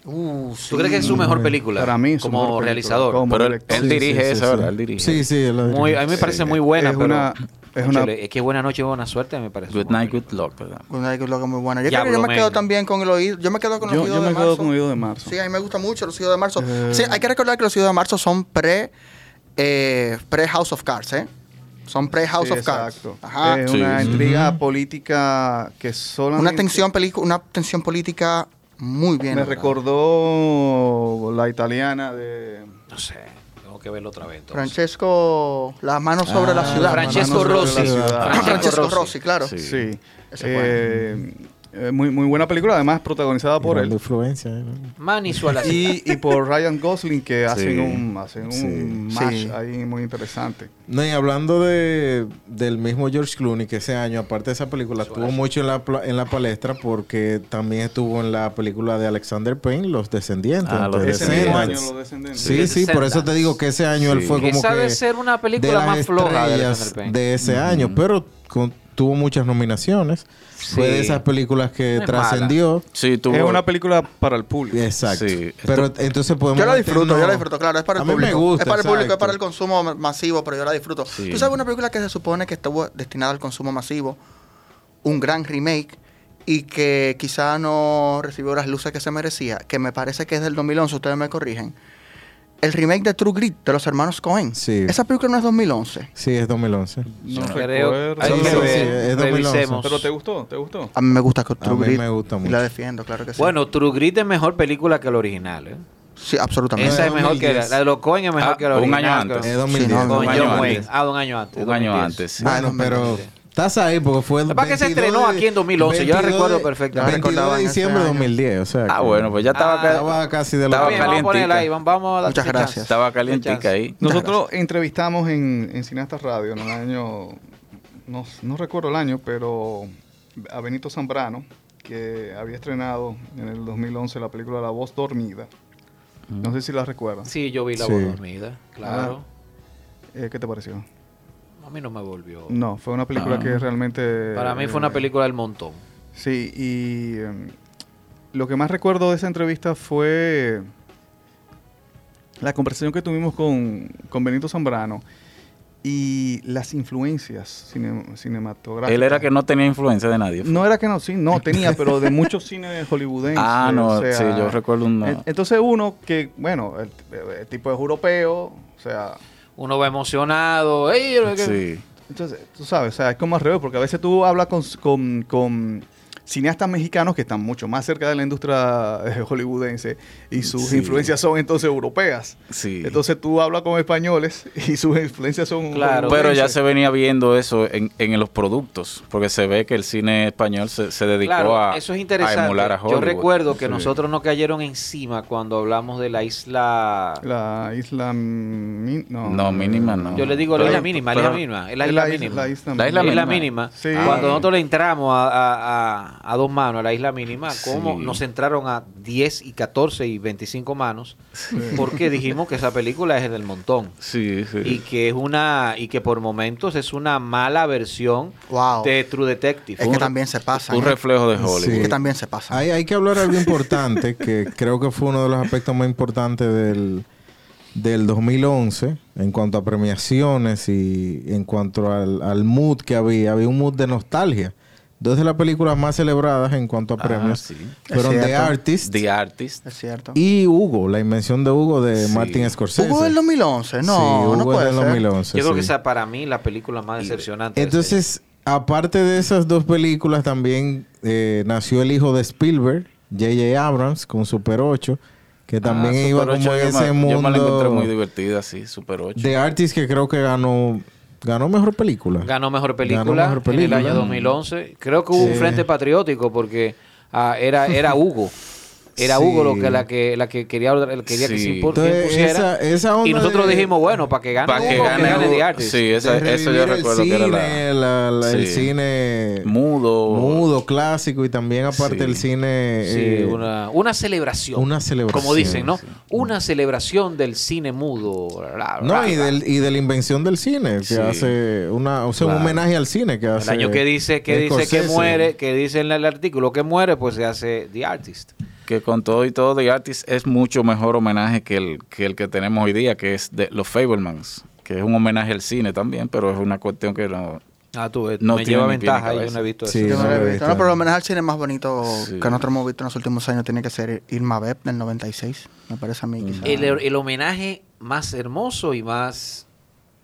Uh,
¿Tú crees que es su mejor película
Para mí, es su
como
mejor película,
realizador?
como
Pero él,
director.
él
Sí,
dirige
sí, sí,
esa,
sí.
¿verdad? Él dirige.
Sí, sí. él lo
Muy-
dirige.
a mí me parece muy buena,
es
pero-
una, es una
Cónchale, es que buena noche, buena suerte, me parece.
Good
muy
night,
buena.
good luck, ¿verdad?
Una de Loca muy buena. Yo
Ya
creo que yo
habló
me quedo
menos.
también con el oído. Yo me quedo con los
yo,
oídos
yo
de
me
marzo.
quedo con Idos de Marzo.
Sí, a mí me gusta mucho los oídos de marzo.
Eh.
Sí, hay que recordar que los oídos de marzo son pre, eh, pre House of Cards, ¿eh? Son pre House
Sí,
of Cards.
exacto. Eh,
Ajá.
Es
Sí.
una
Ujú.
intriga política que solamente...
una tensión pelicu- una tensión política muy bien.
Me
lograda.
recordó la italiana de.
No sé, tengo que verlo otra vez. entonces.
Francesco, las manos sobre la ciudad.
Ah, Francesco
Manos sobre la
Rossi.
ciudad.
Ah, Francesco
Rossi.
Rossi, claro.
Sí.
Sí.
Esa
Eh, eh, muy, muy buena película, además protagonizada por
Gran
él.
influencia. ¿eh? ¿no?
Manny Suárez.
Y, y por Ryan Gosling, que hacen
Sí.
un, hacen un
Sí.
match
Sí.
ahí muy interesante.
No, y hablando de, del mismo George Clooney, que ese año, aparte de esa película, estuvo mucho en la, pla- en la palestra porque también estuvo en la película de Alexander Payne, Los Descendientes.
Ah, Los
The
Ese mismo año,
Descendants.
Los Descendentes.
Sí, sí, por eso te digo que ese año él
Sí.
fue como
Esa
que
debe ser una película
de las
más floja de
estrellas
Alexander Payne.
de ese año, pero con- tuvo muchas nominaciones. Fue de
Sí.
esas películas que
No es mala.
trascendió.
Sí, tuvo-
Es una película para el público.
Exacto.
Sí.
Pero entonces podemos
Yo la
meternos-
disfruto, yo la disfruto, claro, es para el
A mí me
público.
gusta,
es para el público, es
exacto.
para el consumo ma- masivo, pero yo la disfruto.
Sí.
Tú sabes una película que se supone que estuvo destinada al consumo masivo, un gran remake y que quizá no recibió las luces que se merecía, que me parece que es del 2011, ustedes me corrigen. El remake de True Grit de los hermanos Cohen.
Sí.
Esa película no es 2011.
Sí, es 2011.
No
Creo-
recuerdo.
hay
Sí,
que
sí,
ver,
es 2011.
revisemos.
Pero te gustó, te gustó.
A mí me gusta que
A
True
mí
Grit.
me gusta
y
mucho.
la defiendo, claro que sí.
Bueno, True Grit es mejor película que el original. ¿eh?
sí, absolutamente.
Esa es mejor que la,
2010.
la de los Cohen es mejor
Ah,
que la
un
original.
año antes.
Es 2010.
Sí, no,
Con
Un
John
año
Wayne.
antes.
Ah, un año antes.
Un año
2010.
antes, sí. Ah,
Bueno, pero estás ahí porque fue.
Lo que pasa es que se
22
estrenó aquí en 2011, yo la
22
recuerdo
de-
perfectamente.
22 de diciembre de 2010, o sea.
Ah,
que
bueno, pues ya estaba,
Ah,
ca-
Estaba casi de
Estaba
lo
Bien, vamos a ponerla ahí, vamos- vamos a darle
Muchas
chance.
gracias.
estaba calientica ahí.
Nosotros entrevistamos en, en Cineastas Radio en el año, no, no recuerdo el año, pero a Benito Zambrano, que había estrenado en el 2011 la película La Voz Dormida. No sé si la recuerdas.
Sí, yo vi la
Sí.
voz dormida, claro.
Eh, ¿Qué te pareció?
A mí no me volvió.
No, fue una película
Ah.
que realmente...
Para mí fue una
eh,
película del montón.
Sí, y em, lo que más recuerdo de esa entrevista fue la conversación que tuvimos con, con Benito Zambrano y las influencias cine- cinematográficas.
Él era que no tenía influencia de nadie.
No era que no, sí, no, tenía, pero de muchos cines hollywoodenses.
ah, no,
o sea,
sí, yo recuerdo un...
en- Entonces uno que, bueno, el, el tipo es europeo, o sea,
Uno va emocionado. ¡Ey!
Sí.
Entonces, tú sabes, o sea, es como al revés, porque a veces tú hablas con, con- con cineastas mexicanos que están mucho más cerca de la industria eh, hollywoodense y sus
Sí.
influencias son entonces europeas.
Sí.
Entonces tú hablas con españoles y sus influencias son
Claro.
pero ya
hollywoodenses.
se venía viendo eso en, en los productos, porque se ve que el cine español se, se dedicó
Claro,
a,
eso
a
es interesante.
emular a Hollywood.
Yo recuerdo que
Sí.
nosotros nos cayeron encima cuando hablamos de la isla.
La isla... min- no,
No, mínima no.
Yo le digo la
Pero-
isla mínima, la isla
pero-
mínima. es
La
La isla
isla-
mínima.
la isla
La isla
Es la
mínima.
mínima.
Sí.
Cuando
Ah.
nosotros le entramos a, a- a dos manos, a la isla mínima, como
Sí.
nos entraron a 10 y 14 y 25 manos, porque dijimos que esa película es del montón.
Sí, sí.
Y que es una, y que por momentos es una mala versión
Oh.
Wow.
de True Detective.
Es que
Un-
también se pasa. ¿eh?
un reflejo de Hollywood.
Es que también se pasa.
Hay, hay que hablar algo importante, que creo que fue uno de los aspectos más importantes del, del 2011 en cuanto a premiaciones y en cuanto al, al mood que había. Había un mood de nostalgia. Dos de las películas más celebradas en cuanto a
Ah,
premios
sí.
fueron
Es
The
cierto.
Artist
The Artist.
Es cierto.
y Hugo, la invención de Hugo de
Sí.
Martin Scorsese.
Hugo del
Este,
2011. No,
Sí, Hugo
no
es
puede
del
ser.
2011,
Yo creo que
sí.
esa es para mí la película más decepcionante. de este año.
Entonces, aparte de esas dos películas, también eh, nació el hijo de Spielberg, J.J. Abrams, con Super 8, que también
Ah,
iba
Super
como
8,
en
yo
ese
me- Yo me la encontré muy
mundo
divertida, sí, Super 8.
de artist que creo que ganó ganó mejor película.
ganó mejor película,
Ganó mejor película.
en el año 2011. Creo que hubo un
Sí.
frente patriótico porque ah, era era Hugo. Era
Sí.
Hugo lo que la que la que quería, la que quería que
Sí.
se impor-
Entonces,
impusiera.
esa- esa onda
y nosotros
de-
dijimos, bueno, para que gane
Para que
Hugo,
gane Hugo.
The Artist.
Sí, esa-
De
eso yo
revivir
recuerdo
el
que
cine,
era la-
la- la- el
Sí.
cine
Mudo.
mudo, clásico y también aparte
Sí.
el cine
Sí,
eh,
una, una celebración.
una celebración,
Como dicen, ¿no?
sí.
Una celebración del cine mudo. Ra, ra,
No, y,
ra.
del, y de la invención del cine, que
Sí.
hace una, o sea, un
Claro.
homenaje al cine que
El
hace.
año que dice que dice que
Scorsese.
muere, que dice en el artículo que muere, pues se hace The Artist.
Que con todo y todo, The Artist es mucho mejor homenaje que el que, el que tenemos hoy día, que es de los Fablemans, que es un homenaje al cine también, pero es una cuestión que no...
Ah, tú ves,
No
me
tiene
lleva
ni pie ni
ventaja, yo
cabeza.
no he visto
Sí.
eso.
Yo no lo he
no lo he
visto.
visto.
No, pero lo menos el cine más bonito
Sí.
que nosotros hemos visto en los últimos años tiene que ser Irma Web del 96. Me parece a mí, quizás.
el, el homenaje más hermoso y más.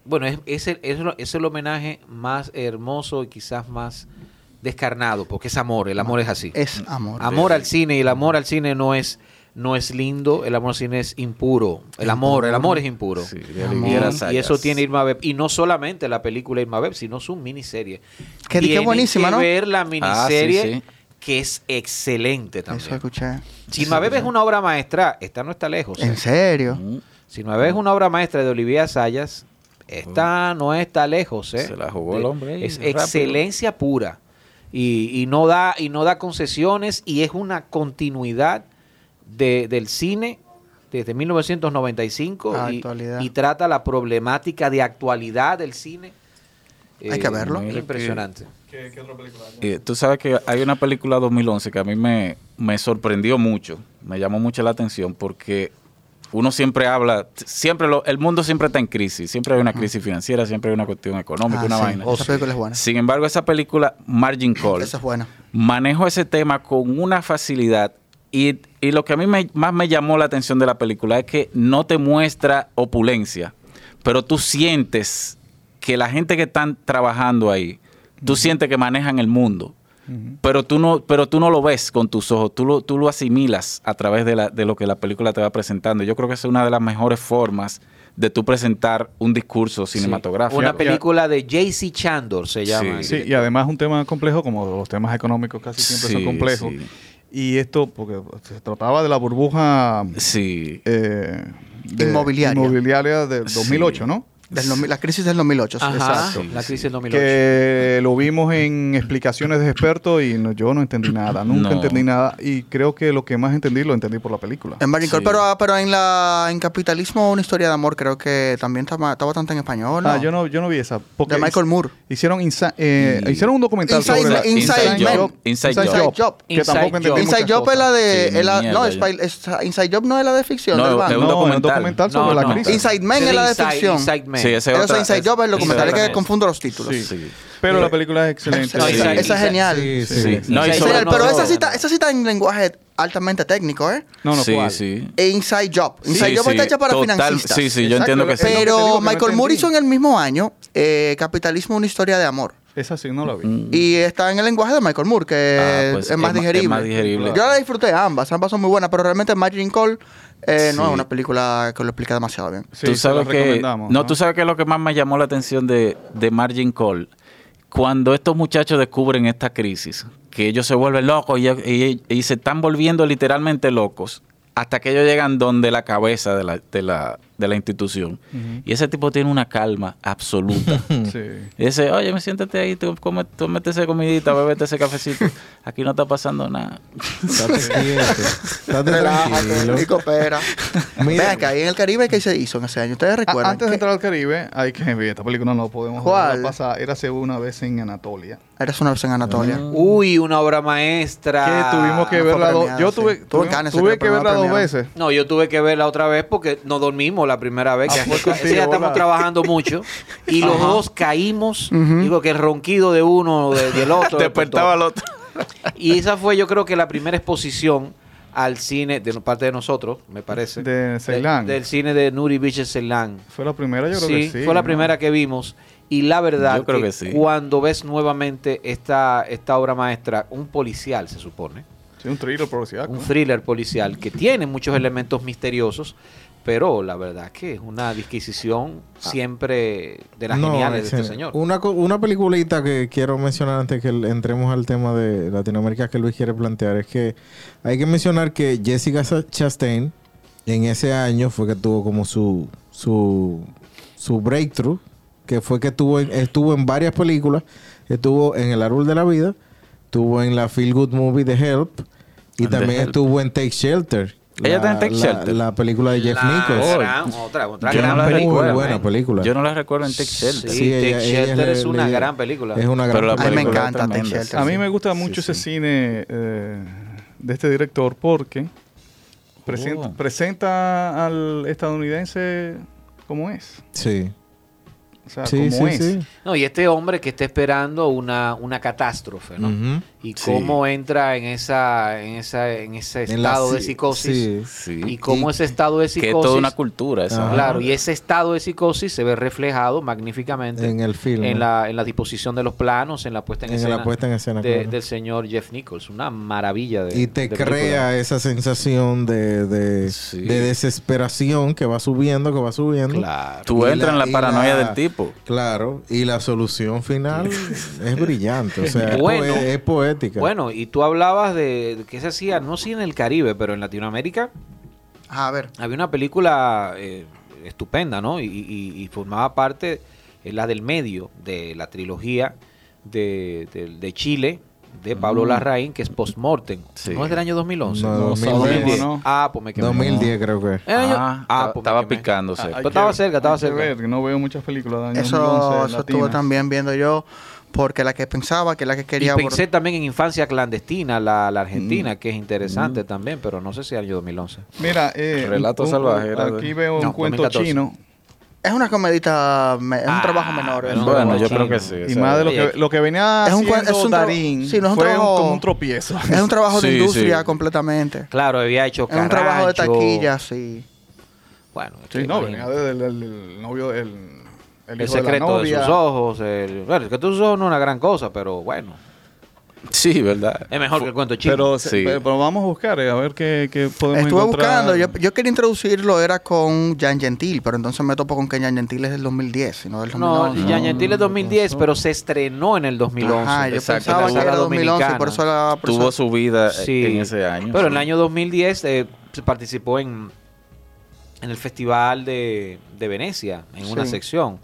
Bueno, es, es, el, es lo- es el homenaje más hermoso y quizás más descarnado, porque es amor, el amor es así.
es amor.
amor al cine y el amor al cine no es no es lindo, el amor al cine es impuro. El amor, el amor es impuro.
Sí, de
Amor.
Y,
Oliviera
y eso
Sayas.
tiene Irma Web. Y no solamente la película Irma Web, sino su miniserie.
Que- que
Tienen
buenísima,
que
¿no? Ah,
ver la miniserie,
sí.
que es excelente
Eso
también.
escuché.
Si Irma Web es una obra maestra, esta no está lejos.
¿En serio?
Mm,
Si no ves una obra maestra de Olivia Sayas, esta no está lejos, ¿eh?
Se la jugó
De-
el hombre ahí,
Es
rápido.
excelencia pura. Y, y no da, y no da concesiones y es una continuidad de- del cine desde 1995
Ah,
y,
actualidad.
y trata la problemática de actualidad del cine. Eh,
Hay que verlo.
Mira que-
Impresionante.
Eh, tú sabes que hay una película 2011 que a mí me, me sorprendió mucho, me llamó mucho la atención porque uno siempre habla, siempre lo- el mundo siempre está en crisis, siempre hay una crisis financiera, siempre hay una cuestión económica,
Ah,
una
sí.
vaina.
Esa película es buena.
Sin embargo, esa película Margin Call
Esa es buena.
manejo ese tema con una facilidad. Y, y lo que a mí me- más me llamó la atención de la película es que no te muestra opulencia, pero tú sientes que la gente que están trabajando ahí, tú sientes que manejan el mundo, pero, tú no, pero tú no lo ves con tus ojos, tú lo, tú lo asimilas a través de, la- de lo que la película te va presentando. Yo creo que esa es una de las mejores formas de tú presentar un discurso cinematográfico.
Una película de J.C. Chandor se llama.
Sí.
Sí, y además es un tema complejo, como los temas económicos casi siempre son
Sí,
complejos.
sí.
Y esto, porque se trataba de la burbuja
Sí.
eh, de-
Inmobiliaria.
inmobiliaria del 2008,
Sí.
¿no?
Del 2000 la crisis del 2008. sí,
Ajá,
Exacto.
la crisis del 2008.
Que lo vimos en explicaciones de expertos y no- yo no entendí nada, nunca
No.
entendí nada. Y creo que lo que más entendí lo entendí por la película.
En Barney Cole,
Sí.
pero, ah, pero en la en Capitalismo, una historia de amor, creo que también está, ma- está bastante en español. ¿no?
Ah, yo no, yo no vi esa. Porque
De Michael Moore.
Hicieron, insa- eh,
Y-
hicieron un documental
Inside-
sobre la-
Inside Man.
Inside
Job.
que
Inside
tampoco
Job.
entendí
Inside
muchas
Job es la
cosas.
de.
Sí,
es la-
mierda,
no, es
ya.
pa- es- ah, Inside Job no es la de ficción
No,
del
es
bando.
un
No,
documental.
documental sobre
No,
la
no.
crisis.
Inside Man es la de
Inside-
ficción.
Inside Man.
Sí, ese
Pero
otra-
Inside Job es
ese
el documental, es
otra
que
cosa.
confundo los títulos.
Sí.
Sí.
Pero la película es excelente.
Esa,
Sí.
esa- esa es
Sí.
genial.
Sí, sí.
Sí. No, y
Esa es
sobre-
genial, pero
no,
esa sí,
no.
está, esa sí está en lenguaje altamente técnico, ¿eh?
No, no,
sí,
¿cuál?
sí.
E Inside Job. Inside
Sí,
Job
sí,
está hecha para
total-
financistas.
Sí, sí, yo
Exacto,
entiendo que sí.
es lo que te digo,
Pero
que no
Michael Moore
entendí.
hizo en el mismo año eh, Capitalismo, una historia de amor.
Esa sí no la vi.
Mm.
Y está en el lenguaje de Michael Moore, que
Ah, pues,
es, más
es ma- es
digerible.
más digerible.
Yo la disfruté ambas, ambas son muy buenas, pero realmente Margin Call eh, no
Sí.
es una película que lo explica demasiado bien.
Sí,
tú
se
sabes
la
que, no,
recomendamos,
tú sabes que lo que más me llamó la atención de, de Margin Call, cuando estos muchachos descubren esta crisis, que ellos se vuelven locos y, y- y se están volviendo literalmente locos, hasta que ellos llegan donde la cabeza de la, de la, de la institución. Y ese tipo tiene una calma absoluta.
Sí.
Y dice, oye, me siéntate ahí, tú come, tómate esa comidita, bebete ese cafecito. Aquí no está pasando nada.
Estate quieto. Estate tranquilo.
Relájate y coopera.
Mira.
Vean que ahí en el Caribe, ¿qué se hizo en ese año? ¿Ustedes
A-
recuerdan?
Antes de
que
entrar al Caribe, hay que ver, esta película no la podemos
¿Cuál?
dejar pasar. Era hace una vez en Anatolia.
Era una vez en Anatolia.
Uy, una obra maestra.
que tuvimos que
no fue
verla dos
premiada,
Yo
sí.
tuve,
Tuvo en
tuve-
Cannes,
tuve
creo,
que
pero no
verla dos
premiada.
veces.
No, yo tuve que verla otra vez porque no dormimos la primera vez.
Ah,
Que
fue
ese día
contigo,
estamos
¿verdad?
trabajando mucho y los dos caímos.
Ujú.
Digo que el ronquido de uno o de- del otro.
Despertaba
despertó.
al otro.
Y esa fue, yo creo que la primera exposición al cine de parte de nosotros, me parece.
De Ceilán.
del cine de Nuri Beaches Ceilán.
Fue la primera, yo creo
Sí,
que sí.
fue la
¿no?
primera que vimos. Y la verdad,
Yo creo que sí.
cuando ves nuevamente esta, esta obra maestra, un policial se supone,
Sí, un thriller policíaco.
un thriller policial que tiene muchos elementos misteriosos, pero la verdad que es una disquisición siempre de las
Ah. No,
geniales de
en
este
serio.
señor.
Una, co- una peliculita que quiero mencionar antes que el- entremos al tema de Latinoamérica que Luis quiere plantear es que hay que mencionar que Jessica Sa- Chastain en ese año fue que tuvo como su su, su breakthrough, que fue que estuvo en, estuvo en varias películas, estuvo en El Árbol de la Vida, estuvo en la Feel Good Movie de Help y
And The
también
Help.
estuvo en Take Shelter.
Ella está en
la-
Take
la-
Shelter.
La película de Jeff
La
Nichols.
gran- otra, otra
Yo no
gran
la
película.
recuerdo,
Muy buena
man.
película.
Yo no la recuerdo en Tech Shelter.
Sí, Take Shelter es una gran película.
Es una gran
Pero la
A mí me
película
encanta
tremenda.
Ten Shelter.
A
sí.
mí me gusta mucho
Sí,
ese
sí.
cine eh, de este director porque presenta,
Oh.
presenta al estadounidense como es.
Sí.
O sea,
Sí,
como
sí,
es.
sí.
No, y este hombre que está esperando una, una catástrofe, ¿no?
Ujú.
Y
Sí.
cómo entra en esa en esa en ese
En la
estado de
sí-
psicosis
Sí.
sí.
y cómo ese estado de
que
psicosis
es toda una cultura esa.
Ajá.
Claro, y ese estado de psicosis se ve reflejado magníficamente
En el filme.
en la, en la disposición de los planos, en la puesta en,
En la
escena,
puesta en escena,
de-
claro.
del señor Jeff Nichols. Una maravilla de.
Y te
de
crea
película.
esa sensación de, de,
Sí.
de desesperación que va subiendo, que va subiendo.
Claro.
Tú
Y
entras
la-
en
y
la paranoia
la-
del tipo.
Claro. Y la solución final es brillante. O sea, es
Bueno.
poe- es poética.
Bueno, y tú hablabas de, de que se hacía, no sí en el Caribe, pero en Latinoamérica
Ajá, a ver.
había una película eh, estupenda, ¿no? Y, y- y formaba parte, eh, la del medio, de la trilogía de, de- de Chile, de Pablo Larraín, que es Postmortem.
Sí.
No es del año 2011.
No,
No,
2010.
sabemos, ¿no?
Ah, pues me quemé.
2010 creo que.
El año-
Ah, estaba-
ah, pues me
estaba
quemé.
picándose.
Ah, hay
Pero estaba
que-
cerca, estaba
hay que
cerca.
ver, que no veo muchas películas de año
Eso,
2011
eso estuve
latinas.
también viendo yo, porque la que pensaba que la que
Y
quería Mm.
pensé
abordar-
también en Infancia Clandestina, la, la Argentina, que es interesante también, pero no sé si año 2011.
Mira, eh,
Relato
un-
salvaje, era
Aquí
de-
veo un
No,
cuento
2014.
chino
Es una comedita, me- es un
Ah,
trabajo menor.
pero
eso.
no,
Bueno,
no,
yo
sí,
creo que
no.
sí. o
y
sea,
más de lo
oye,
que lo que venía
es un cua-
haciendo
es un tra-
Darín
sí, no es un
fue
trabajo-
como un tropiezo.
Es un trabajo de
Sí,
industria
sí.
completamente.
Claro, había hecho
Es un trabajo de
Carrancho.
taquilla, sí.
Bueno, es
Sí,
que
no, venía
imagínate.
del, del- del novio, el,
el
el hijo de la
secreto de,
novia.
sus ojos. El, bueno, es que tus ojos no es una gran cosa, pero bueno,
Sí, ¿verdad?
Ah. es mejor que el cuento chino.
Pero,
Sí.
pero, pero vamos a buscar, eh, a ver qué, qué podemos
Estuve
encontrar.
buscando, yo, yo quería introducirlo, era con Jan Gentil, pero entonces me topo con que Jan Gentil es del 2010, y no del
no,
2011.
Jean Gentil es 2010, pero se estrenó en el 2011.
Ajá, yo
exacto,
pensaba
la
que era
sala
2011,
dominicana.
por eso la por
Tuvo
eso-
su vida eh,
Sí.
en ese año.
Pero en el año 2010 eh, se participó en, en el Festival de, de Venecia, en una
Sí.
sección.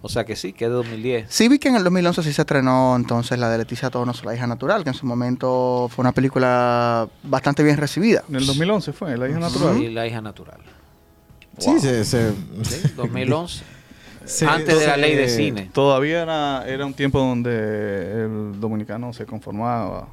O sea que sí, que es de 2010.
Sí vi que en el 2011 sí se estrenó entonces la de Leticia Tonos, La hija natural, que en su momento fue una película bastante bien recibida.
En el 2011 fue, la hija natural.
Y la hija natural.
Sí, se, se-
Sí, 2011.
se-
antes de la
se-
ley de cine.
Todavía era, era un tiempo donde el dominicano se conformaba.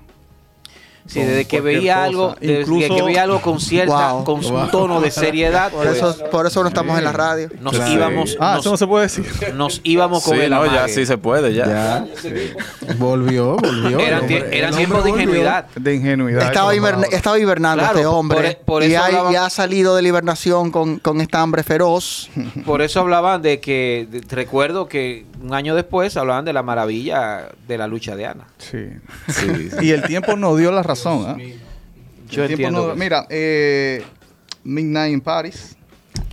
Sí,
con
desde que
cualquier
veía
cosa.
algo, desde
Incluso-
que veía algo con cierta,
Wow.
con un tono de seriedad,
Por
pues,
eso, por eso no estamos en la radio.
nos
Claro.
íbamos,
Ah,
nos,
eso no se puede decir.
nos íbamos con
sí,
el
no, ya
amague.
sí se puede, ya.
Ya. Volvió, volvió.
Eran
El
tie-
hombre-
eran
el
tiempos de
hombre volvió.
ingenuidad.
De ingenuidad.
Estaba,
eso no
hiberna-
hablaba.
estaba hibernando
Claro,
este hombre
por- por
y,
eso
ha,
hablaba-
y ha salido de la hibernación con, con esta hambre feroz.
Por eso hablaban de que, de- recuerdo que un año después hablaban de la maravilla de la lucha de Ana.
Sí.
Sí, sí.
Y el tiempo nos dio la razón.
Yo
¿ah? El tiempo
entiendo.
nos-
que-
mira, eh, Midnight in Paris.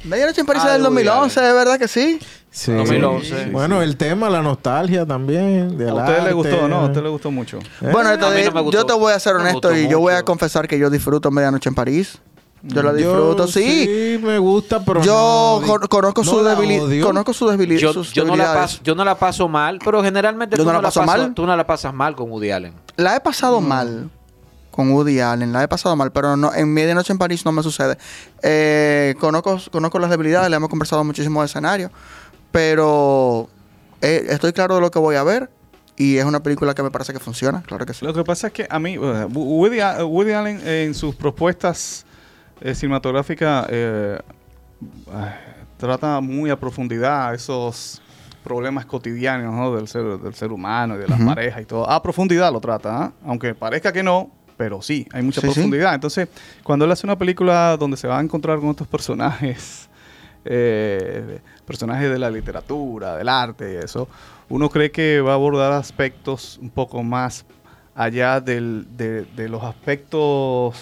Medianoche en París
Ah,
es del
de Woody
2011, ¿de verdad que sí?
Sí.
2011.
Bueno, el tema, la nostalgia también.
A ustedes
del
les
arte.
gustó, ¿no? A ustedes les gustó mucho.
Eh,
Bueno,
a mí no
te-
me gustó.
yo te voy a ser
No me
honesto
gustó
y yo voy a
mucho.
confesar que yo disfruto Medianoche en París. Yo la disfruto, sí.
me gusta, pero
yo
no-
con- conozco,
no
su
la
debilidad,
odio.
conozco su debilidad.
Yo, yo no la paso, yo no la paso mal, pero generalmente
¿Yo
tú
no la paso mal?
tú no la pasas mal con Woody Allen.
La he pasado mal con Woody Allen, la he pasado mal, pero no, en Medianoche en París no me sucede. Eh, conozco, conozco las debilidades, le hemos conversado muchísimo de escenario, pero eh, estoy claro de lo que voy a ver y es una película que me parece que funciona, claro que sí.
Lo que pasa es que a mí, eh, Woody, A- Woody Allen en sus propuestas eh, cinematográficas eh, ah, trata muy a profundidad esos problemas cotidianos ¿no? del, ser, del ser humano y de las
Ujú.
parejas y todo. A profundidad lo trata, ¿ah? aunque parezca que no, pero sí, hay mucha
Sí, sí.
profundidad. Entonces, cuando él hace una película donde se va a encontrar con estos personajes eh, personajes de la literatura, del arte y eso, uno cree que va a abordar aspectos un poco más allá del- de, de los aspectos...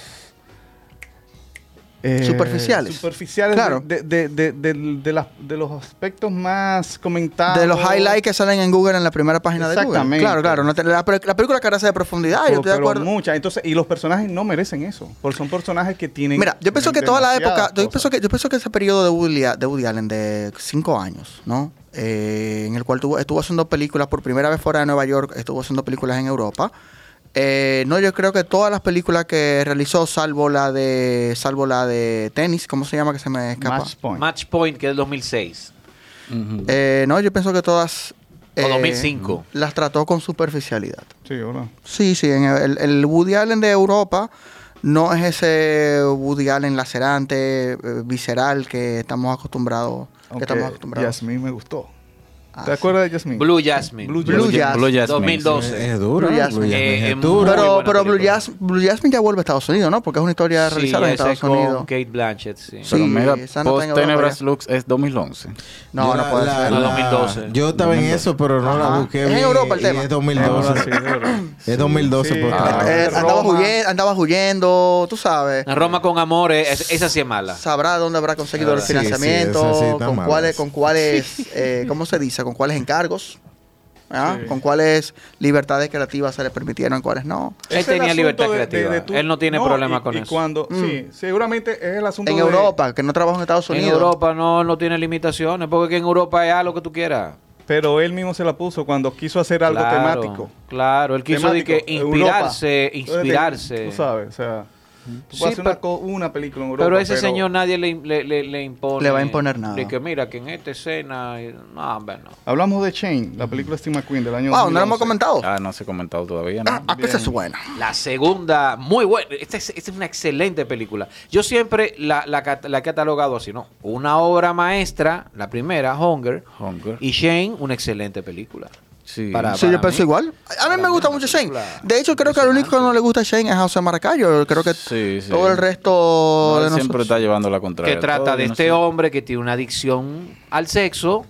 eh,
Superficiales.
Superficiales.
Claro.
De, de- de- de- de las- de los aspectos más comentados.
De los highlights que salen en Google en la primera página de Google.
Exactamente.
Claro, claro. no te- la, pe- la película carece de profundidad, Ah, yo
pero-
estoy de
pero
acuerdo.
muchas. Entonces, y los personajes no merecen eso. Porque son personajes que tienen.
Mira, yo pienso que toda la época, yo
demasiadas
pienso
cosas.
que, yo pienso que ese periodo de Woody, de Woody Allen de cinco años, ¿no? Eh, en el cual tuvo- estuvo haciendo películas por primera vez fuera de Nueva York, estuvo haciendo películas en Europa. Eh, no, yo creo que todas las películas que realizó, salvo la de, salvo la de tenis, ¿cómo se llama que se me escapa?
Match Point.
Match Point, que es del 2006
Eh, no, yo pienso que todas
o
eh,
2005.
las trató con superficialidad.
Sí, bueno.
Sí, sí, en el, el Woody Allen de Europa no es ese Woody Allen lacerante, eh, visceral que estamos acostumbrados. Que
Aunque
estamos acostumbrados.
Yasmín me gustó.
Ah,
¿Te acuerdas de Jasmine?
Blue Jasmine.
Blue
Blue
Jasmine.
Jasmine.
Blue Jasmine.
2012.
Es, es dura.
Blue
Blue
Jasmine.
Jasmine
Eh,
es dura.
muy
Pero,
buena
pero Blue,
película.
Jas- Blue Jasmine ya vuelve a Estados Unidos, ¿no? Porque es una historia
Sí,
realizada en
ese
Estados
con
Unidos.
Kate Blanchett, sí.
Sí,
Pero mira,
esa no está en
Post
Europa
Tenebras
ya.
Lux es 2011.
No,
Yo
no
la-
puede
la-
ser.
la-
2012.
Yo estaba en eso, pero no
Ajá.
la busqué.
Es en
vi-
Europa el tema.
y Es 2012.
Eh, Sí, es verdad.
Es 2012,
Sí.
pues,
Ah,
está-
Eh,
Roma.
andabas, huyendo, andabas huyendo, tú sabes.
Roma con amores, es- esa sí es mala.
Sabrá dónde habrá conseguido
Ah,
el
sí,
financiamiento,
sí, esa sí está
con
mala.
cuáles, con cuáles, eh, ¿cómo se dice? Con cuáles encargos, ¿ah?
Sí.
con cuáles libertades creativas se le permitieron, cuáles no.
Él
Es el
tenía
asunto
libertad
de- de-
creativa.
de tu-
Él no tiene problema
y-
con
y
eso.
Cuando, Sí, seguramente es el asunto
Mm. En
de-
Europa, que no trabaja en Estados Unidos.
En Europa no, no tiene limitaciones, porque en Europa es lo que tú quieras.
Pero él mismo se la puso cuando quiso hacer algo
Claro,
temático.
Claro, él quiso de
Temático,
que
Europa.
inspirarse,
Entonces,
inspirarse.
Tú sabes, o sea, tú
Sí,
puedes hacer una,
pero-
co- una película en Europa.
pero ese señor nadie le, le, le- impone.
Le va a imponer nada.
De que mira, que en esta escena. eh, No, hombre, no.
Hablamos de Chain, la película Steve McQueen del año
Wow, no lo hemos
2011.
comentado.
Ah, no se ha comentado todavía, ¿no?
Ah, ah, que esa es buena.
La segunda, muy buena. Esta es, esta es una excelente película. Yo siempre la, la cat- la he catalogado así, ¿no? Una obra maestra, la primera, Hunger,
Hunger.
y Shane, una excelente película.
Sí.
para-
Sí, yo
mí-
pienso igual. A mí
para
me
mí
gusta
es una
mucho Shane.
película
De hecho, creo que lo único que no le gusta a Shane es José Maracayo. Creo que
Sí, sí.
todo el resto
No, él
de
siempre
nosotros.
está llevando la contraria.
que trata
Todo,
de
no
este
sé.
hombre que tiene una adicción al sexo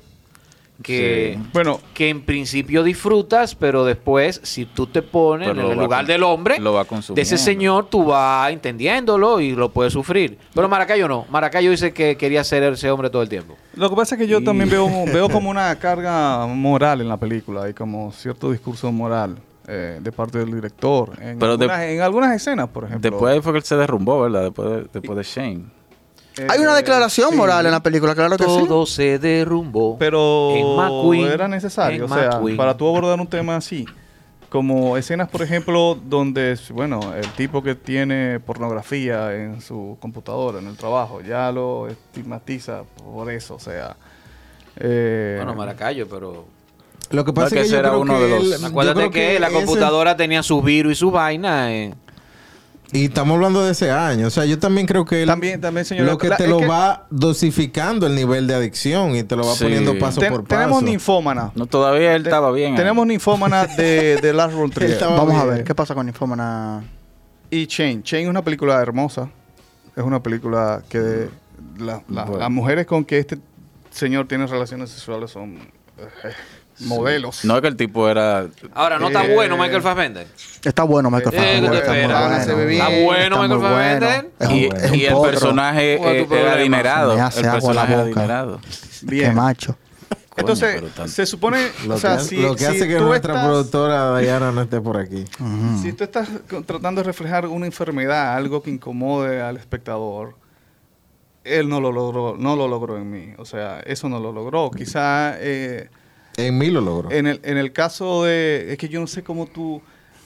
que,
Sí.
Bueno,
que en principio disfrutas, pero después si tú te pones
Pero Pues
en
lo
el
va
lugar
con-
del hombre,
lo va
de ese
consumiendo.
señor, tú vas entendiéndolo y lo puedes sufrir. Pero Maracayo no. Maracayo dice que quería ser ese hombre todo el tiempo.
lo que pasa es que yo también veo, veo como una carga moral en la película y como cierto discurso moral eh, de parte del director. En,
Pero de-
algunas, en algunas escenas, por ejemplo.
Después ahí fue que él se derrumbó, ¿verdad? Después de, después de Shane.
Eh,
Hay una declaración
sí.
moral en la película, claro que sí.
todo se derrumbó.
Pero
en McQueen,
era necesario,
en
o sea,
McQueen.
para tú abordar un tema así, como escenas, por ejemplo, donde, bueno, el tipo que tiene pornografía en su computadora, en el trabajo, ya lo estigmatiza por eso, o sea... eh,
bueno, Maracayo, pero...
Lo que pasa
que
es que
ese
yo
era
creo
uno
que
de los-
él- yo
Acuérdate
creo
que, la
ese-
computadora tenía su virus y su vaina. eh.
Y estamos hablando de ese año. O sea, yo también creo que él-
También- también, señor,
lo que
la-
te
es
lo
que-
va dosificando el nivel de adicción y te lo va
Sí.
poniendo paso
ten-
por paso.
tenemos ninfómana.
No, todavía él estaba bien. ahí.
Tenemos ninfómana de, de Lars von Trier.
Él estaba-
Vamos a
bien.
ver, ¿qué pasa con Infomana?
Y Chain. Chain es una película hermosa. Es una película que de-
Mm.
la- la-
Bueno.
las mujeres con que este señor tiene relaciones sexuales son eh, modelos.
No es que el tipo era...
Ahora, ¿no está
Eh,
bueno Michael Fassbender?
Está bueno, Michael
Eh,
Fassbender,
te
está muy
espera.
bueno.
Se ve bien.
Está
bueno,
muy
Michael Fassbender.
Es un-
¿eh? Y,
es un
y el
potro.
personaje
¿Cuál es
eh,
tu
era
problema?
adinerado.
Me hace
el
agua la
personaje era
boca.
adinerado.
Qué macho.
Entonces,
Coño, pero tan-
se supone,
Lo
o
que,
sea,
hace-
si,
lo que
si
hace que
tú
nuestra Mm.
estás-
productora Dayana no esté por aquí.
si tú estás con- tratando de reflejar una enfermedad, algo que incomode al espectador, él no lo logró, no lo logró en mí. O sea, eso no lo
Mm.
logró. Quizá eh,
En mí lo logró.
en, el, en el caso de. Es que yo no sé cómo tú.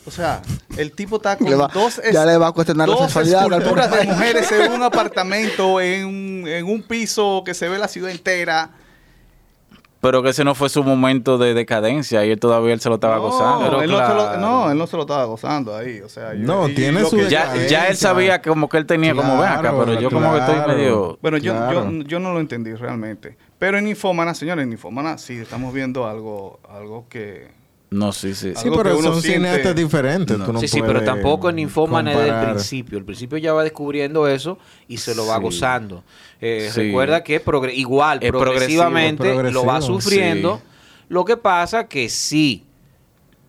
O sea, el tipo está con
Le va-
dos, es-
ya le va a cuestionar la
dos
sexualidad al
esculturas
pobre.
de mujeres en un apartamento, en un, en un piso que se ve la ciudad entera.
Pero que ese no fue su momento de decadencia y él todavía él se lo estaba
no,
gozando.
Él no, se lo,
Claro.
no, él no se lo estaba gozando ahí. O sea, yo-
No,
y- y
tiene
lo
su
que-
ya, ya él sabía como que él tenía como ven acá,
Claro,
pero yo como que estoy
claro.
medio...
Bueno, yo,
Claro.
yo, yo no lo entendí realmente. Pero en Infomana, señores, en Infomana sí estamos viendo algo, algo que...
No, sí, sí.
Sí,
algo que
pero
uno
son
siente.
cineastas diferentes. tú no
sí, sí, pero
puedes
tampoco en Infoman es del
comparar.
principio. El principio ya va descubriendo eso y se lo va
Sí.
gozando. Eh,
Sí.
Recuerda que progre- igual,
Es progresivo,
progresivamente lo va
progresivo,
sufriendo.
sí.
Lo que pasa que sí,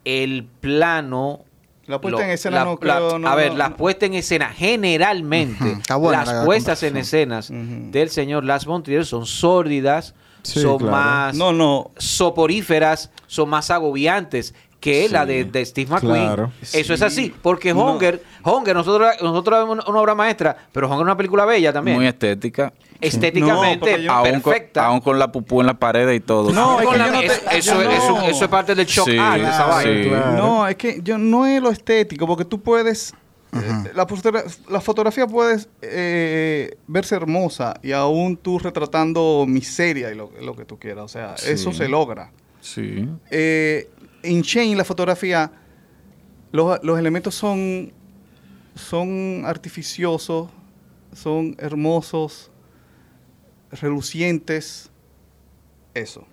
el plano...
La puesta
lo-
en escena no creo, no,
A ver,
no,
la
no.
puesta en escena generalmente,
Está buena
las
la
puestas en escenas
Ujú.
del señor Las Montrier son sórdidas,
Sí,
son
claro.
más
No, no.
soporíferas son más agobiantes que
Sí.
la de, de Steve McQueen.
Claro.
Eso es así, porque
No.
Hunger, Hunger, nosotros, nosotros vemos una- una obra maestra, pero Hunger es una película bella también.
Muy estética.
No,
Estéticamente
porque yo-
Aún con,
perfecta.
aún con la pupú en la pared y todo.
No, es
Con
que
la-
yo no te-
es-
yo
eso,
no.
eso- eso es parte del shock
Sí,
art, esa
claro,
vaina.
sí.
Claro.
No, es que yo no es lo estético, porque tú puedes... eh, La, fotogra- la fotografía puede verse hermosa y aún tú retratando miseria y lo, lo que tú quieras. O sea,
Sí.
eso se logra.
Sí.
eh, en Shane, la fotografía, los, los elementos son, son artificiosos, son hermosos, relucientes. Eso.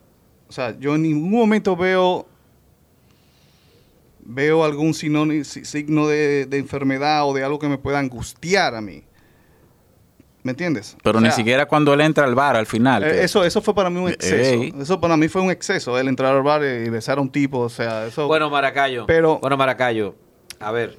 O sea, yo en ningún momento veo veo algún sinóni- si- signo de, de enfermedad o de algo que me pueda angustiar a mí. ¿Me entiendes?
Pero
O
ni
sea,
siquiera cuando él entra al bar al final.
eh,
que-
Eso, eso fue para mí un exceso.
Ey.
Eso para mí fue un exceso, el entrar al bar y besar a un tipo. O sea, eso.
Bueno, Maracayo.
Pero-
bueno, Maracayo. A ver,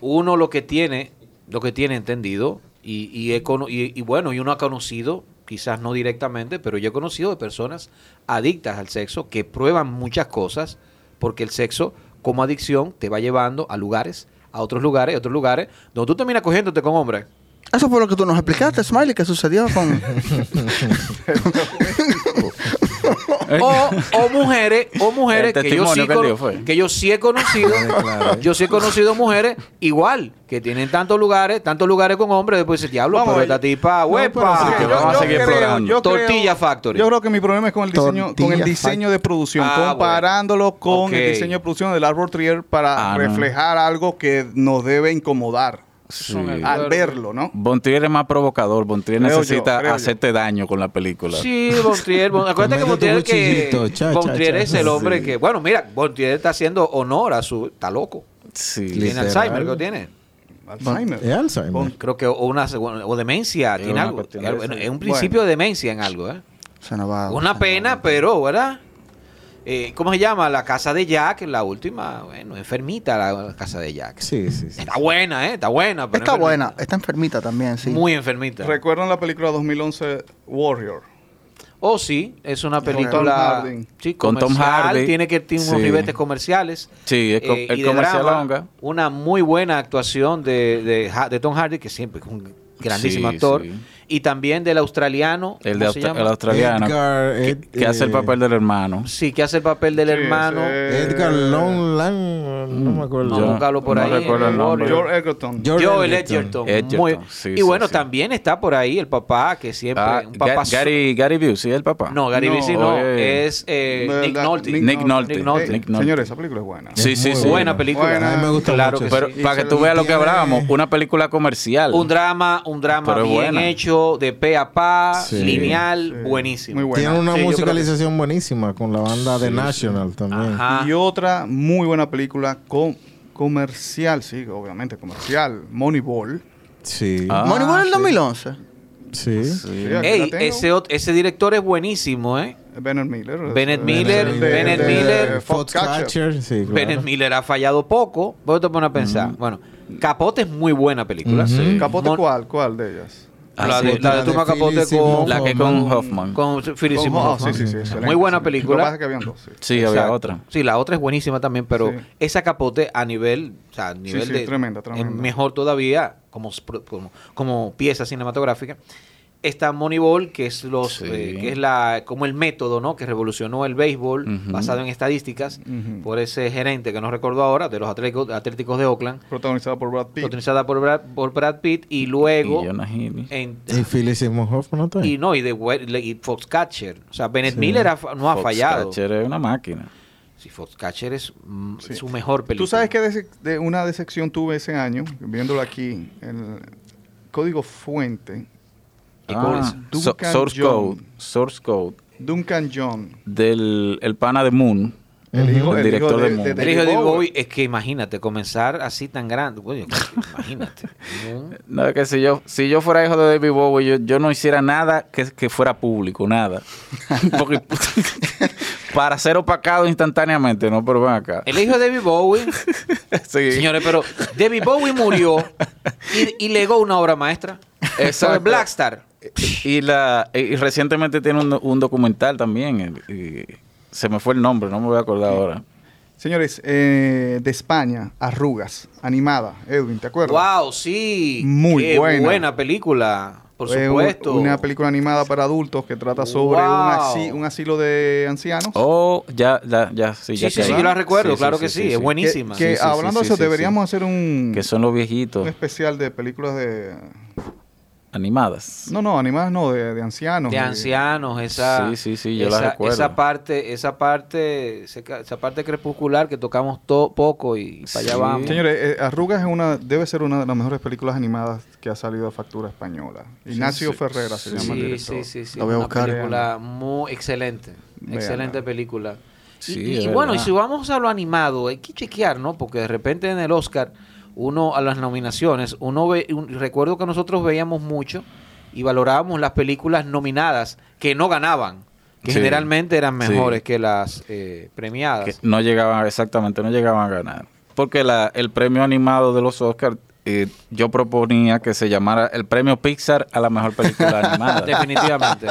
uno lo que tiene, lo que tiene entendido, y, y, he cono- y- y bueno, y uno ha conocido, quizás no directamente, pero yo he conocido de personas adictas al sexo que prueban muchas cosas, porque el sexo, como adicción, te va llevando a lugares, a otros lugares, a otros lugares, donde tú terminas cogiéndote con hombres.
Eso fue lo que tú nos explicaste, Smiley, que sucedió con...
o, o mujeres, o mujeres
El
que yo, sí
testimonio que él
cono-
dio fue.
que yo sí he conocido, yo sí he conocido mujeres igual, que tienen tantos lugares, tantos lugares con hombres, después dice, diablo,
Vamos,
pero esta
yo-
tipa,
sí,
huepa.
que vamos a seguir explorando.
Tortilla Factory.
Yo creo que mi problema es con el diseño, con el
Tortilla
diseño de producción,
Ah, bueno.
comparándolo con
Ok.
el diseño de producción del árbol Trier para
Ah, no.
reflejar algo que nos debe incomodar
Sí.
al verlo, ¿no?
Bontier es más provocador. Bontier
Creo yo,
necesita
creo yo.
hacerte daño con la película.
Sí, Bontrier. Bon- acuérdate que
Comete tu
Bontrier, es que,
cuchillito, cha, cha,
Bontrier
cha.
es el hombre
Sí.
que... Bueno, mira, Bontrier está haciendo honor a su... Está loco.
Sí.
Tiene
Literal.
Alzheimer, ¿qué tiene?
Alzheimer.
Es Alzheimer.
Con-
Creo que o, una, o demencia,
Es
tiene
una
algo.
cuestión de
Bueno,
esa.
es un principio de demencia en algo, ¿eh?
Se nos va-
Una
se nos
pena,
va.
pero, ¿verdad? Eh, ¿Cómo se llama? La casa de Jack, la última, bueno, enfermita la, la casa de Jack.
Sí, sí, sí.
Está buena, ¿eh? Está buena. pero
Está
enfermita.
buena, está enfermita también, sí.
Muy enfermita.
¿Recuerdan la película 2011 Warrior?
o Oh, sí, es una
Con
película.
Tom Hardy.
sí,
Con Tom
comercial,
Hardy.
Tiene que tiene unos
Sí.
ribetes comerciales.
Sí, es co-
eh,
el
y de
comercial
drama.
longa.
Una muy buena actuación de, de, Ha- de Tom Hardy, que siempre es un grandísimo
Sí,
actor.
sí.
Y también del australiano.
El, de
¿cómo se
austra-
llama?
el australiano.
Edgar,
que,
Ed-
que hace el
eh,
papel del hermano.
Sí, que hace el papel del
Sí,
hermano.
ese-
Edgar Long, no me acuerdo.
Vamos a buscarlo por
no
ahí.
recuerdo el nombre.
George Egerton.
Joel
Joel
Edgerton.
Edgerton.
Edgerton,
Muy-
sí,
y
sí,
bueno,
sí.
también está por ahí el papá, que siempre.
Ah,
un papá
Ga-
su-
Gary, Gary Busey, el papá.
No, Gary
No.
Busey no.
Oye.
Es eh,
No,
Nick
la-
Nolte.
Nick
Nick Nolte.
Nick Nolte.
Eh,
Nick Nolte.
Señores, esa película es buena.
Sí, sí,
muy
sí.
Buena película.
Buena. A mí me
gusta
claro
mucho.
que
Pero
sí.
sí,
para que
se
tú
lo
veas lo que
tiene-
hablábamos, una película comercial.
Un drama, un drama
Pero
bien
buena.
hecho, de pe a pa,
Sí.
lineal,
Sí.
buenísimo.
Muy buena.
Tiene una
Sí, yo creo que
musicalización buenísima con la banda de
Sí,
National también.
Ajá.
Y otra muy buena película con comercial, sí, obviamente comercial, Moneyball.
Sí.
Ah,
Moneyball del
sí.
2011.
Sí.
Sí,
Sí.
aquí la
Ey,
tengo.
ese, ot- ese director es buenísimo, ¿eh?
Bennett Miller.
Bennett
Eh,
Miller,
de-
Bennett
de-
Miller,
de Foxcatcher.
Foxcatcher. Sí, claro.
Bennett Miller ha fallado poco. Vos te pones a pensar. Bueno, Capote es muy buena película.
Ujú.
Sí.
¿Capote
Mon-
cuál? ¿Cuál de ellas?
Ah,
La
sí.
de, la de Toma Capote
Philip
con,
Seymour
La que con Hoffman.
con Philip
Con-
Seymour
oh,
Hoffman.
sí, sí, sí, excelente,
Muy buena
excelente. Lo que pasa
película.
es que habían dos, sí.
sí, había
Exacto.
otra.
Sí, la otra es buenísima también, pero
Sí.
esa capote a nivel, o sea, a nivel
sí,
de
tremenda, tremenda.
es mejor todavía como, s- pro- como, como pieza cinematográfica. está Moneyball, que es los
Sí.
eh, que es la como el método, ¿no? que revolucionó el béisbol
Ujú.
basado en estadísticas
Ujú.
por ese gerente que no recuerdo ahora de los Atléticos, Atléticos de Oakland,
Protagonizada por Brad Pitt.
utilizada por Brad, por Brad Pitt y luego
Y Jonah Hill.
en-
Y Philly Seymour Hoffman, ¿no está ahí?
y no y de Wer- y Foxcatcher, o sea, Bennett
Sí.
Miller ha fa- no ha fallado.
Foxcatcher es una máquina.
Si Foxcatcher es mm,
Sí.
su mejor película.
Tú sabes que de una decepción tuve ese año, viéndolo aquí, el código fuente,
¿Qué cosa?
Duncan
Ah, so- source
Jones.
code, source code
Duncan John,
del el pana de Moon.
el hijo,
El
el
director
hijo
de
de,
Moon.
de
El hijo
David
de
Bowie.
Bowie, es que imagínate, comenzar así tan grande. Oye, imagínate. Mm.
No, que si yo, si yo fuera hijo de David Bowie, yo, yo no hiciera nada que, que fuera público, nada. Porque- para ser opacado instantáneamente, no, pero ven acá.
El hijo de David Bowie.
Sí.
Señores, pero David Bowie murió y, y legó una obra maestra. Sobre
Exacto.
Blackstar.
Y, la, y recientemente tiene un, un documental también. eh, y se me fue el nombre, no me voy a acordar ahora.
Señores, eh, de España, Arrugas, animada, Edwin, ¿te acuerdas?
Wow, sí.
Muy
Qué
buena.
película, por
Eh, un-
supuesto.
Una película animada para adultos que trata sobre un,
Wow.
asi- un asilo de ancianos.
Oh, ya, ya, ya, sí, ya
Sí, sí, sí,
caí.
yo la recuerdo, claro que sí, es
Que-
buenísima.
Que,
Sí, sí,
hablando
sí,
de eso,
sí, sí,
deberíamos hacer un,
Que son los
un
viejitos
especial de películas de...
animadas.
No, no, animadas no, de, de ancianos.
de
y-
ancianos, esa,
Sí, sí, sí, yo la
esa,
recuerdo.
esa parte, esa parte, ese ca- esa parte crepuscular que tocamos to- poco y para allá
Sí.
vamos.
Señores, eh, Arrugas es una, debe ser una de las mejores películas animadas que ha salido de factura española. Ignacio
sí,
Ferrera se llama el
sí,
director.
sí, sí, sí,
La voy a
una
buscar.
película muy excelente, excelente
Véanla.
película. Y-
Sí,
y,
es
y bueno, y
verdad.
si vamos a lo animado, hay que chequear, ¿no? Porque de repente en el Oscar, uno a las nominaciones, uno ve, un- recuerdo que nosotros veíamos mucho y valorábamos las películas nominadas que no ganaban, que
Sí.
generalmente eran
Sí.
mejores que las eh, premiadas.
que no llegaban, exactamente, no llegaban a ganar. Porque la, el premio animado de los Oscars, eh, yo proponía que se llamara el premio Pixar a la mejor película animada.
Definitivamente.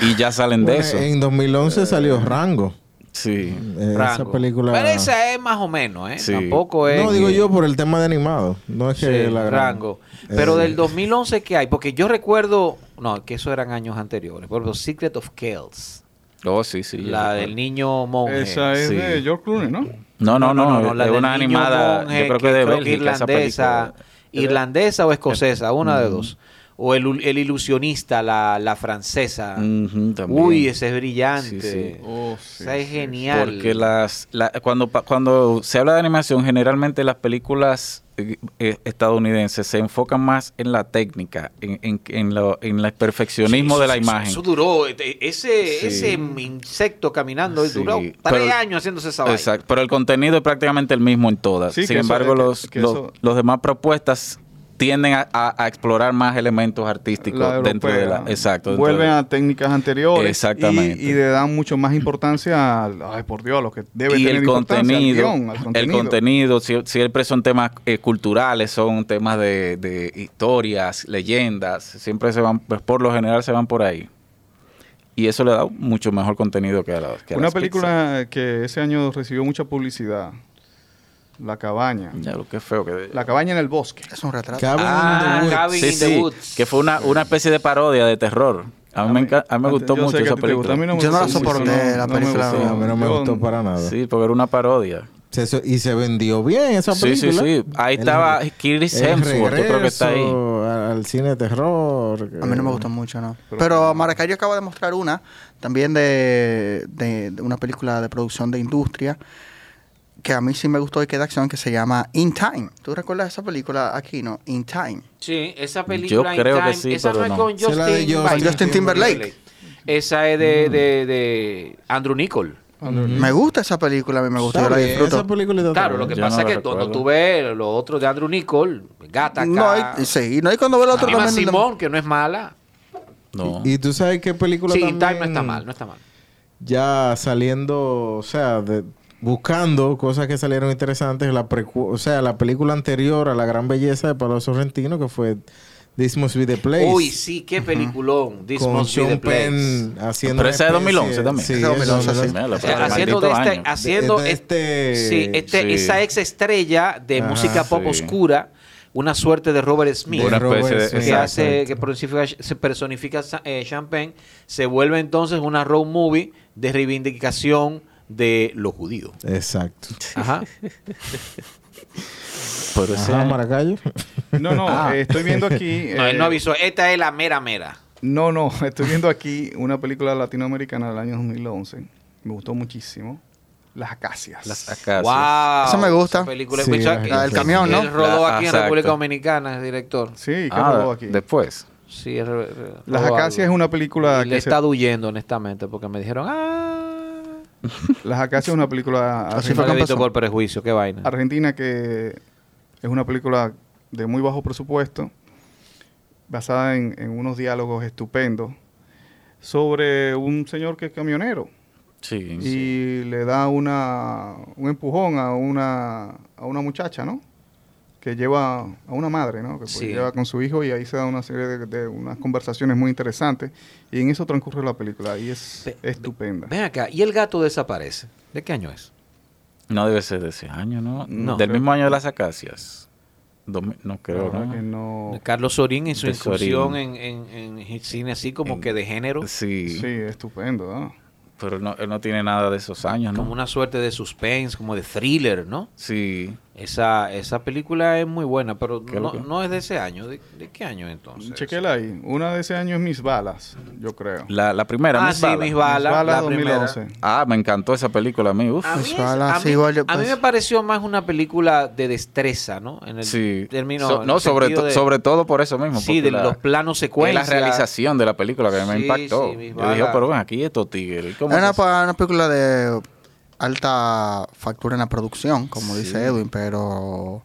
y ya salen de
Bueno,
eso.
En 2011 salió Rango.
Sí.
Eh,
Eh, Rango.
Esa película.
Pero esa es más o menos, ¿eh?
Sí.
Tampoco es.
No, digo
que-
yo por el tema de animado. No es que
Eh,
Sí,
la gran-
rango. Pero
Eh.
del 2011 que hay, porque yo recuerdo, no, que eso eran años anteriores, por ejemplo, Secret of Kells,
Oh, sí, sí. yo
la
recuerdo.
del niño monje.
Esa es
Sí.
de George Clooney, ¿no?
No, no, no,
la
es
del
una
niño
animada,
monje,
yo creo que de Bélgica, esa
irlandesa,
película. Mm.
irlandesa o escocesa, una de dos. O el, el ilusionista, la, la francesa.
Ujú, Mm, también.
Uy, ese es brillante.
Sí, sí.
Oh, sí,
Esa es
sí,
genial.
Porque las, la- cuando, pa- cuando se habla de animación, generalmente las películas eh, eh, estadounidenses se enfocan más en la técnica, en, en, en lo- en el perfeccionismo
Sí,
de
eso-
la
eso-
imagen.
Eso, duró, e- ese,
Sí.
ese insecto caminando
Sí,
duró tres
pero-
años haciéndose esa vaina.
Exacto, pero el contenido es prácticamente el mismo en todas.
Sí,
Sin
que eso-
embargo,
que-
los,
que
los,
eso-
los demás propuestas tienden a, a- a explorar más elementos artísticos
La
dentro de la...
europea.
Exacto. dentro
Vuelven
de-
a técnicas anteriores.
Exactamente.
Y, y le dan mucho más importancia al. Ay, por Dios, lo que debe
y
tener
el
importancia al
contenido,
guión, al
el contenido, si- siempre son temas eh, culturales, son temas de, de historias, leyendas, siempre se van, pues, por lo general se van por ahí. Y eso le da mucho mejor contenido que a la que a
Una
las
película que ese año recibió mucha publicidad: La Cabaña.
Pixar. Ya, lo que feo que...
La Cabaña en el Bosque.
Es un retrato.
Cabin in
Ah,
the Woods.
Cabin
Sí,
in the
sí,
Woods.
que fue una, una especie de parodia de terror. A mí, me, enca- a mí me gustó
Yo sé
mucho
que
esa
a ti te gusta.
película.
A mí
Yo no la
gustó mucho,
soporté, la
me
película
gustó.
Sí, a mí no me
Yo-
gustó para nada.
Sí, porque era una parodia.
Se- se- y se vendió bien esa
Sí, sí,
película.
sí. Ahí
El-
estaba Chris
el
Hemsworth, yo creo que está ahí.
regreso a- Al cine de terror. Eh,
A mí no me gustó mucho, ¿no? Pero Maracayo acaba de mostrar una, también de, de- de una película de producción de industria, que a mí sí me gustó y que es de acción, que se llama In Time. ¿Tú recuerdas esa película aquí, no? In Time.
Sí, esa
Yo
película.
creo
in
que
time,
sí,
esa
pero
no es
no.
con
Sí, la de
Justin,
Justin
Timberlake.
Justin
Timberlake.
Esa es de,
Mm.
de, de Andrew Nicole.
Me gusta esa película, a mí me gusta, yo la
Está bien,
disfruto.
esa película está
Claro,
bien.
lo que
Yo no
pasa
la
es que cuando
recuerdo.
tú ves lo otro de Andrew Nicole, Gata,
No, y- sí, y no hay cuando ve el otro también.
Simón, que no es mala.
No.
Y tú sabes qué película
Sí, In
también...
Time no está mal, no está mal.
Ya saliendo, o sea, de- buscando cosas que salieron interesantes. La precu- o sea, la película anterior a La Gran Belleza de Pablo Sorrentino, que fue This Must Be The Place.
Uy, sí, qué peliculón. This
con
must be the
Sean
place.
Penn haciendo...
Pero
una
esa es de 2011
especie-
también.
Sí,
Esa es
es
2011, sí.
2011.
Mira, la
O sea,
película,
haciendo de
maldito
este,
año.
haciendo
De- de
este,
este-
sí, este-
Sí.
esa ex estrella de
Ajá,
música pop
sí.
oscura una suerte de Robert Smith.
Una
Robert
especie de-
Smith.
que
exacto.
hace que personifica, se personifica Sa- eh, Champagne, se vuelve entonces una road movie de reivindicación de los judíos.
Exacto.
Ajá.
Pero ese-
Ajá, Maracayo.
No, no,
Ah.
eh, estoy viendo aquí.
No, él no
eh,
avisó. Esta es la mera mera.
No, no, estoy viendo aquí una película latinoamericana del año 2011. Me gustó muchísimo. Las acacias.
las acacias.
Wow.
Esa me gusta.
Esa película-
Sí,
pues, ¿sabes
la-
que-
la del camión, ¿no?
Él rodó
La-
aquí en
exacto.
República Dominicana, el director.
Sí, que
Ah,
rodó aquí.
después.
Sí, él re- re-
Las
rodó
acacias
algo.
es una película
Y
que
Le
se-
está huyendo, honestamente, porque me dijeron, ah.
Las acacias es una película
Así
Sí,
fue
argentina,
no
que
le edito
empezó.
por prejuicio, qué vaina.
argentina que es una película de muy bajo presupuesto, basada en, en unos diálogos estupendos sobre un señor que es camionero.
Sí.
y le da una, un empujón a una, a una muchacha, ¿no? Que lleva a una madre, ¿no? Que pues,
Sí.
lleva con su hijo y ahí se da una serie de, de unas conversaciones muy interesantes. Y en eso transcurre la película y es
Ve-
estupenda.
Ven acá, ¿y el gato desaparece? ¿De qué año es?
No debe ser de ese año, ¿no?
No.
Del mismo año de las acacias. Dos- no creo,
La verdad
¿no?
que no-
Carlos Sorín en su
De
incursión en,
Sorín.
en- en cine así como
En-
que de género,
Sí,
Sí, estupendo, ¿no?
pero no, él no tiene nada de esos años, ¿no?
como una suerte de suspense, como de thriller, ¿no?
Sí,
Esa, esa película es muy buena, pero
Creo
no,
que-
no es de ese año. ¿De, de qué año entonces?
Chequela ahí. Una de ese año es Mis Balas, yo creo.
la, la primera,
ah,
Miss
sí,
Bala.
Mis Balas,
Mis Balas
la primera.
2011.
Ah, me encantó esa película a mí, uf.
A mí,
Mis
es-
Balas,
a
sí,
mí-
igual yo
a mí me
pienso.
pareció más una película de destreza, ¿no? En el
sí.
término.
So-
en
no,
el
sobre,
sentido
to-
de-
sobre todo por eso mismo.
Sí,
porque
de
la-
los planos
es la
secuencias.
realización de la película que me
Sí,
impactó.
sí,
Yo dije,
Miss Bala.
oh, pero ven, aquí estos tigres. ¿cómo
Era una,
que-
pa- una película de alta factura en la producción, como dice Edwin, pero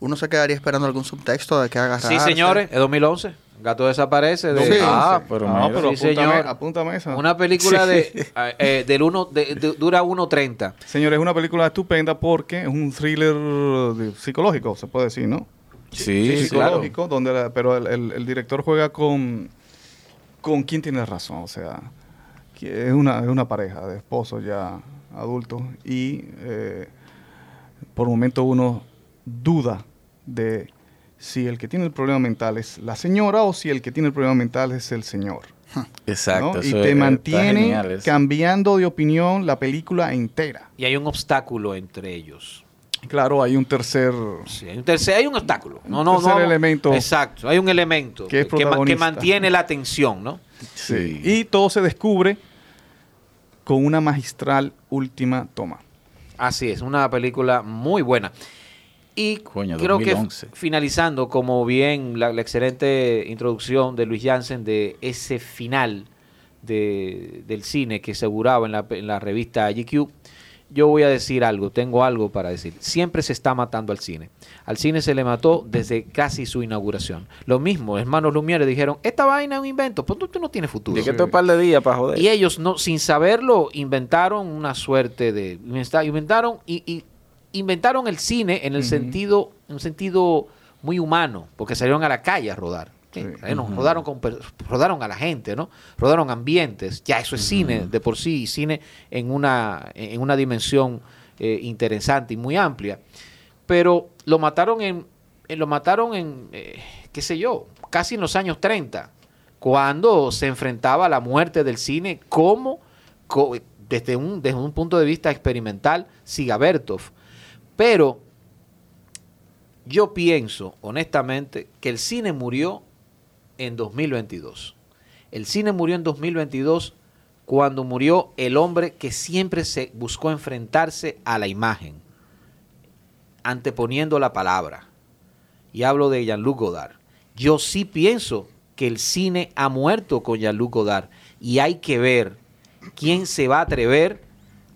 uno se quedaría esperando algún subtexto de que haga
Sí, señores, es 2011. Gato desaparece. De,
Sí.
Ah, pero mira.
Ah, pero
Sí,
apúntame,
señor.
apúntame esa.
Una película de, ah, eh, del uno, de, de- dura 1.30.
Señores, es una película estupenda porque es un thriller de- psicológico, se puede decir, ¿no?
Sí, sí, claro.
psicológico, donde la- pero el, el- el director juega con, con quién tiene razón, o sea, que es una, es una pareja de esposos ya adultos y eh, por momento uno duda de si el que tiene el problema mental es la señora o si el que tiene el problema mental es el señor.
Exacto.
¿no? Y
eso
te
es- está
mantiene
genial eso.
cambiando de opinión la película entera.
Y hay un obstáculo entre ellos.
Claro, hay un tercer...
Sí, hay un tercer, hay un obstáculo. No,
Un
no, no.
tercer
vamos-
elemento.
Exacto, hay un elemento
Que es
ma- que
protagonista.
mantiene la tensión, ¿no?
Sí.
Sí.
Y todo se descubre con una magistral última toma.
Así es, una película muy buena. Y
Coño,
creo
2011.
que f- finalizando, como bien la, la excelente introducción de Luis Jansen de ese final de- del cine que aseguraba en la, en la revista GQ, yo voy a decir algo, tengo algo para decir. Siempre se está matando al cine. Al cine se le mató desde casi su inauguración. Lo mismo, hermanos Lumière dijeron, esta vaina es un invento, pues tú, tú no tienes futuro.
De que un par de días para joder.
Y ellos, no, sin saberlo, inventaron una suerte de. inventa- Inventaron, y, y inventaron el cine en el sentido, en un sentido muy humano, porque salieron a la calle a rodar. Sí,
Sí.
salieron, rodaron, con per- rodaron a la gente, ¿no? Rodaron ambientes. Ya eso es cine de por sí, y cine en una, en una dimensión eh, interesante y muy amplia. Pero lo mataron en. eh, lo mataron en. eh, qué sé yo, casi en los años 30 cuando se enfrentaba a la muerte del cine como co- desde, un, desde un punto de vista experimental Sigabertov. Pero yo pienso, honestamente, que el cine murió en 2022. El cine murió en 2022 cuando murió el hombre que siempre se buscó enfrentarse a la imagen, anteponiendo la palabra. Y hablo de Jean-Luc Godard. Yo sí pienso que el cine ha muerto con Jean-Luc Godard. Y hay que ver quién se va a atrever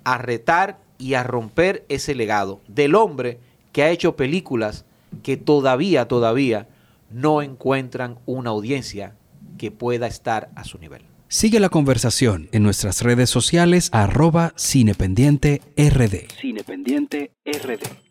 a retar y a romper ese legado del hombre que ha hecho películas que todavía, todavía no encuentran una audiencia que pueda estar a su nivel.
Sigue la conversación en nuestras redes sociales arroba cinependiente rd.
Cine Pendiente RD.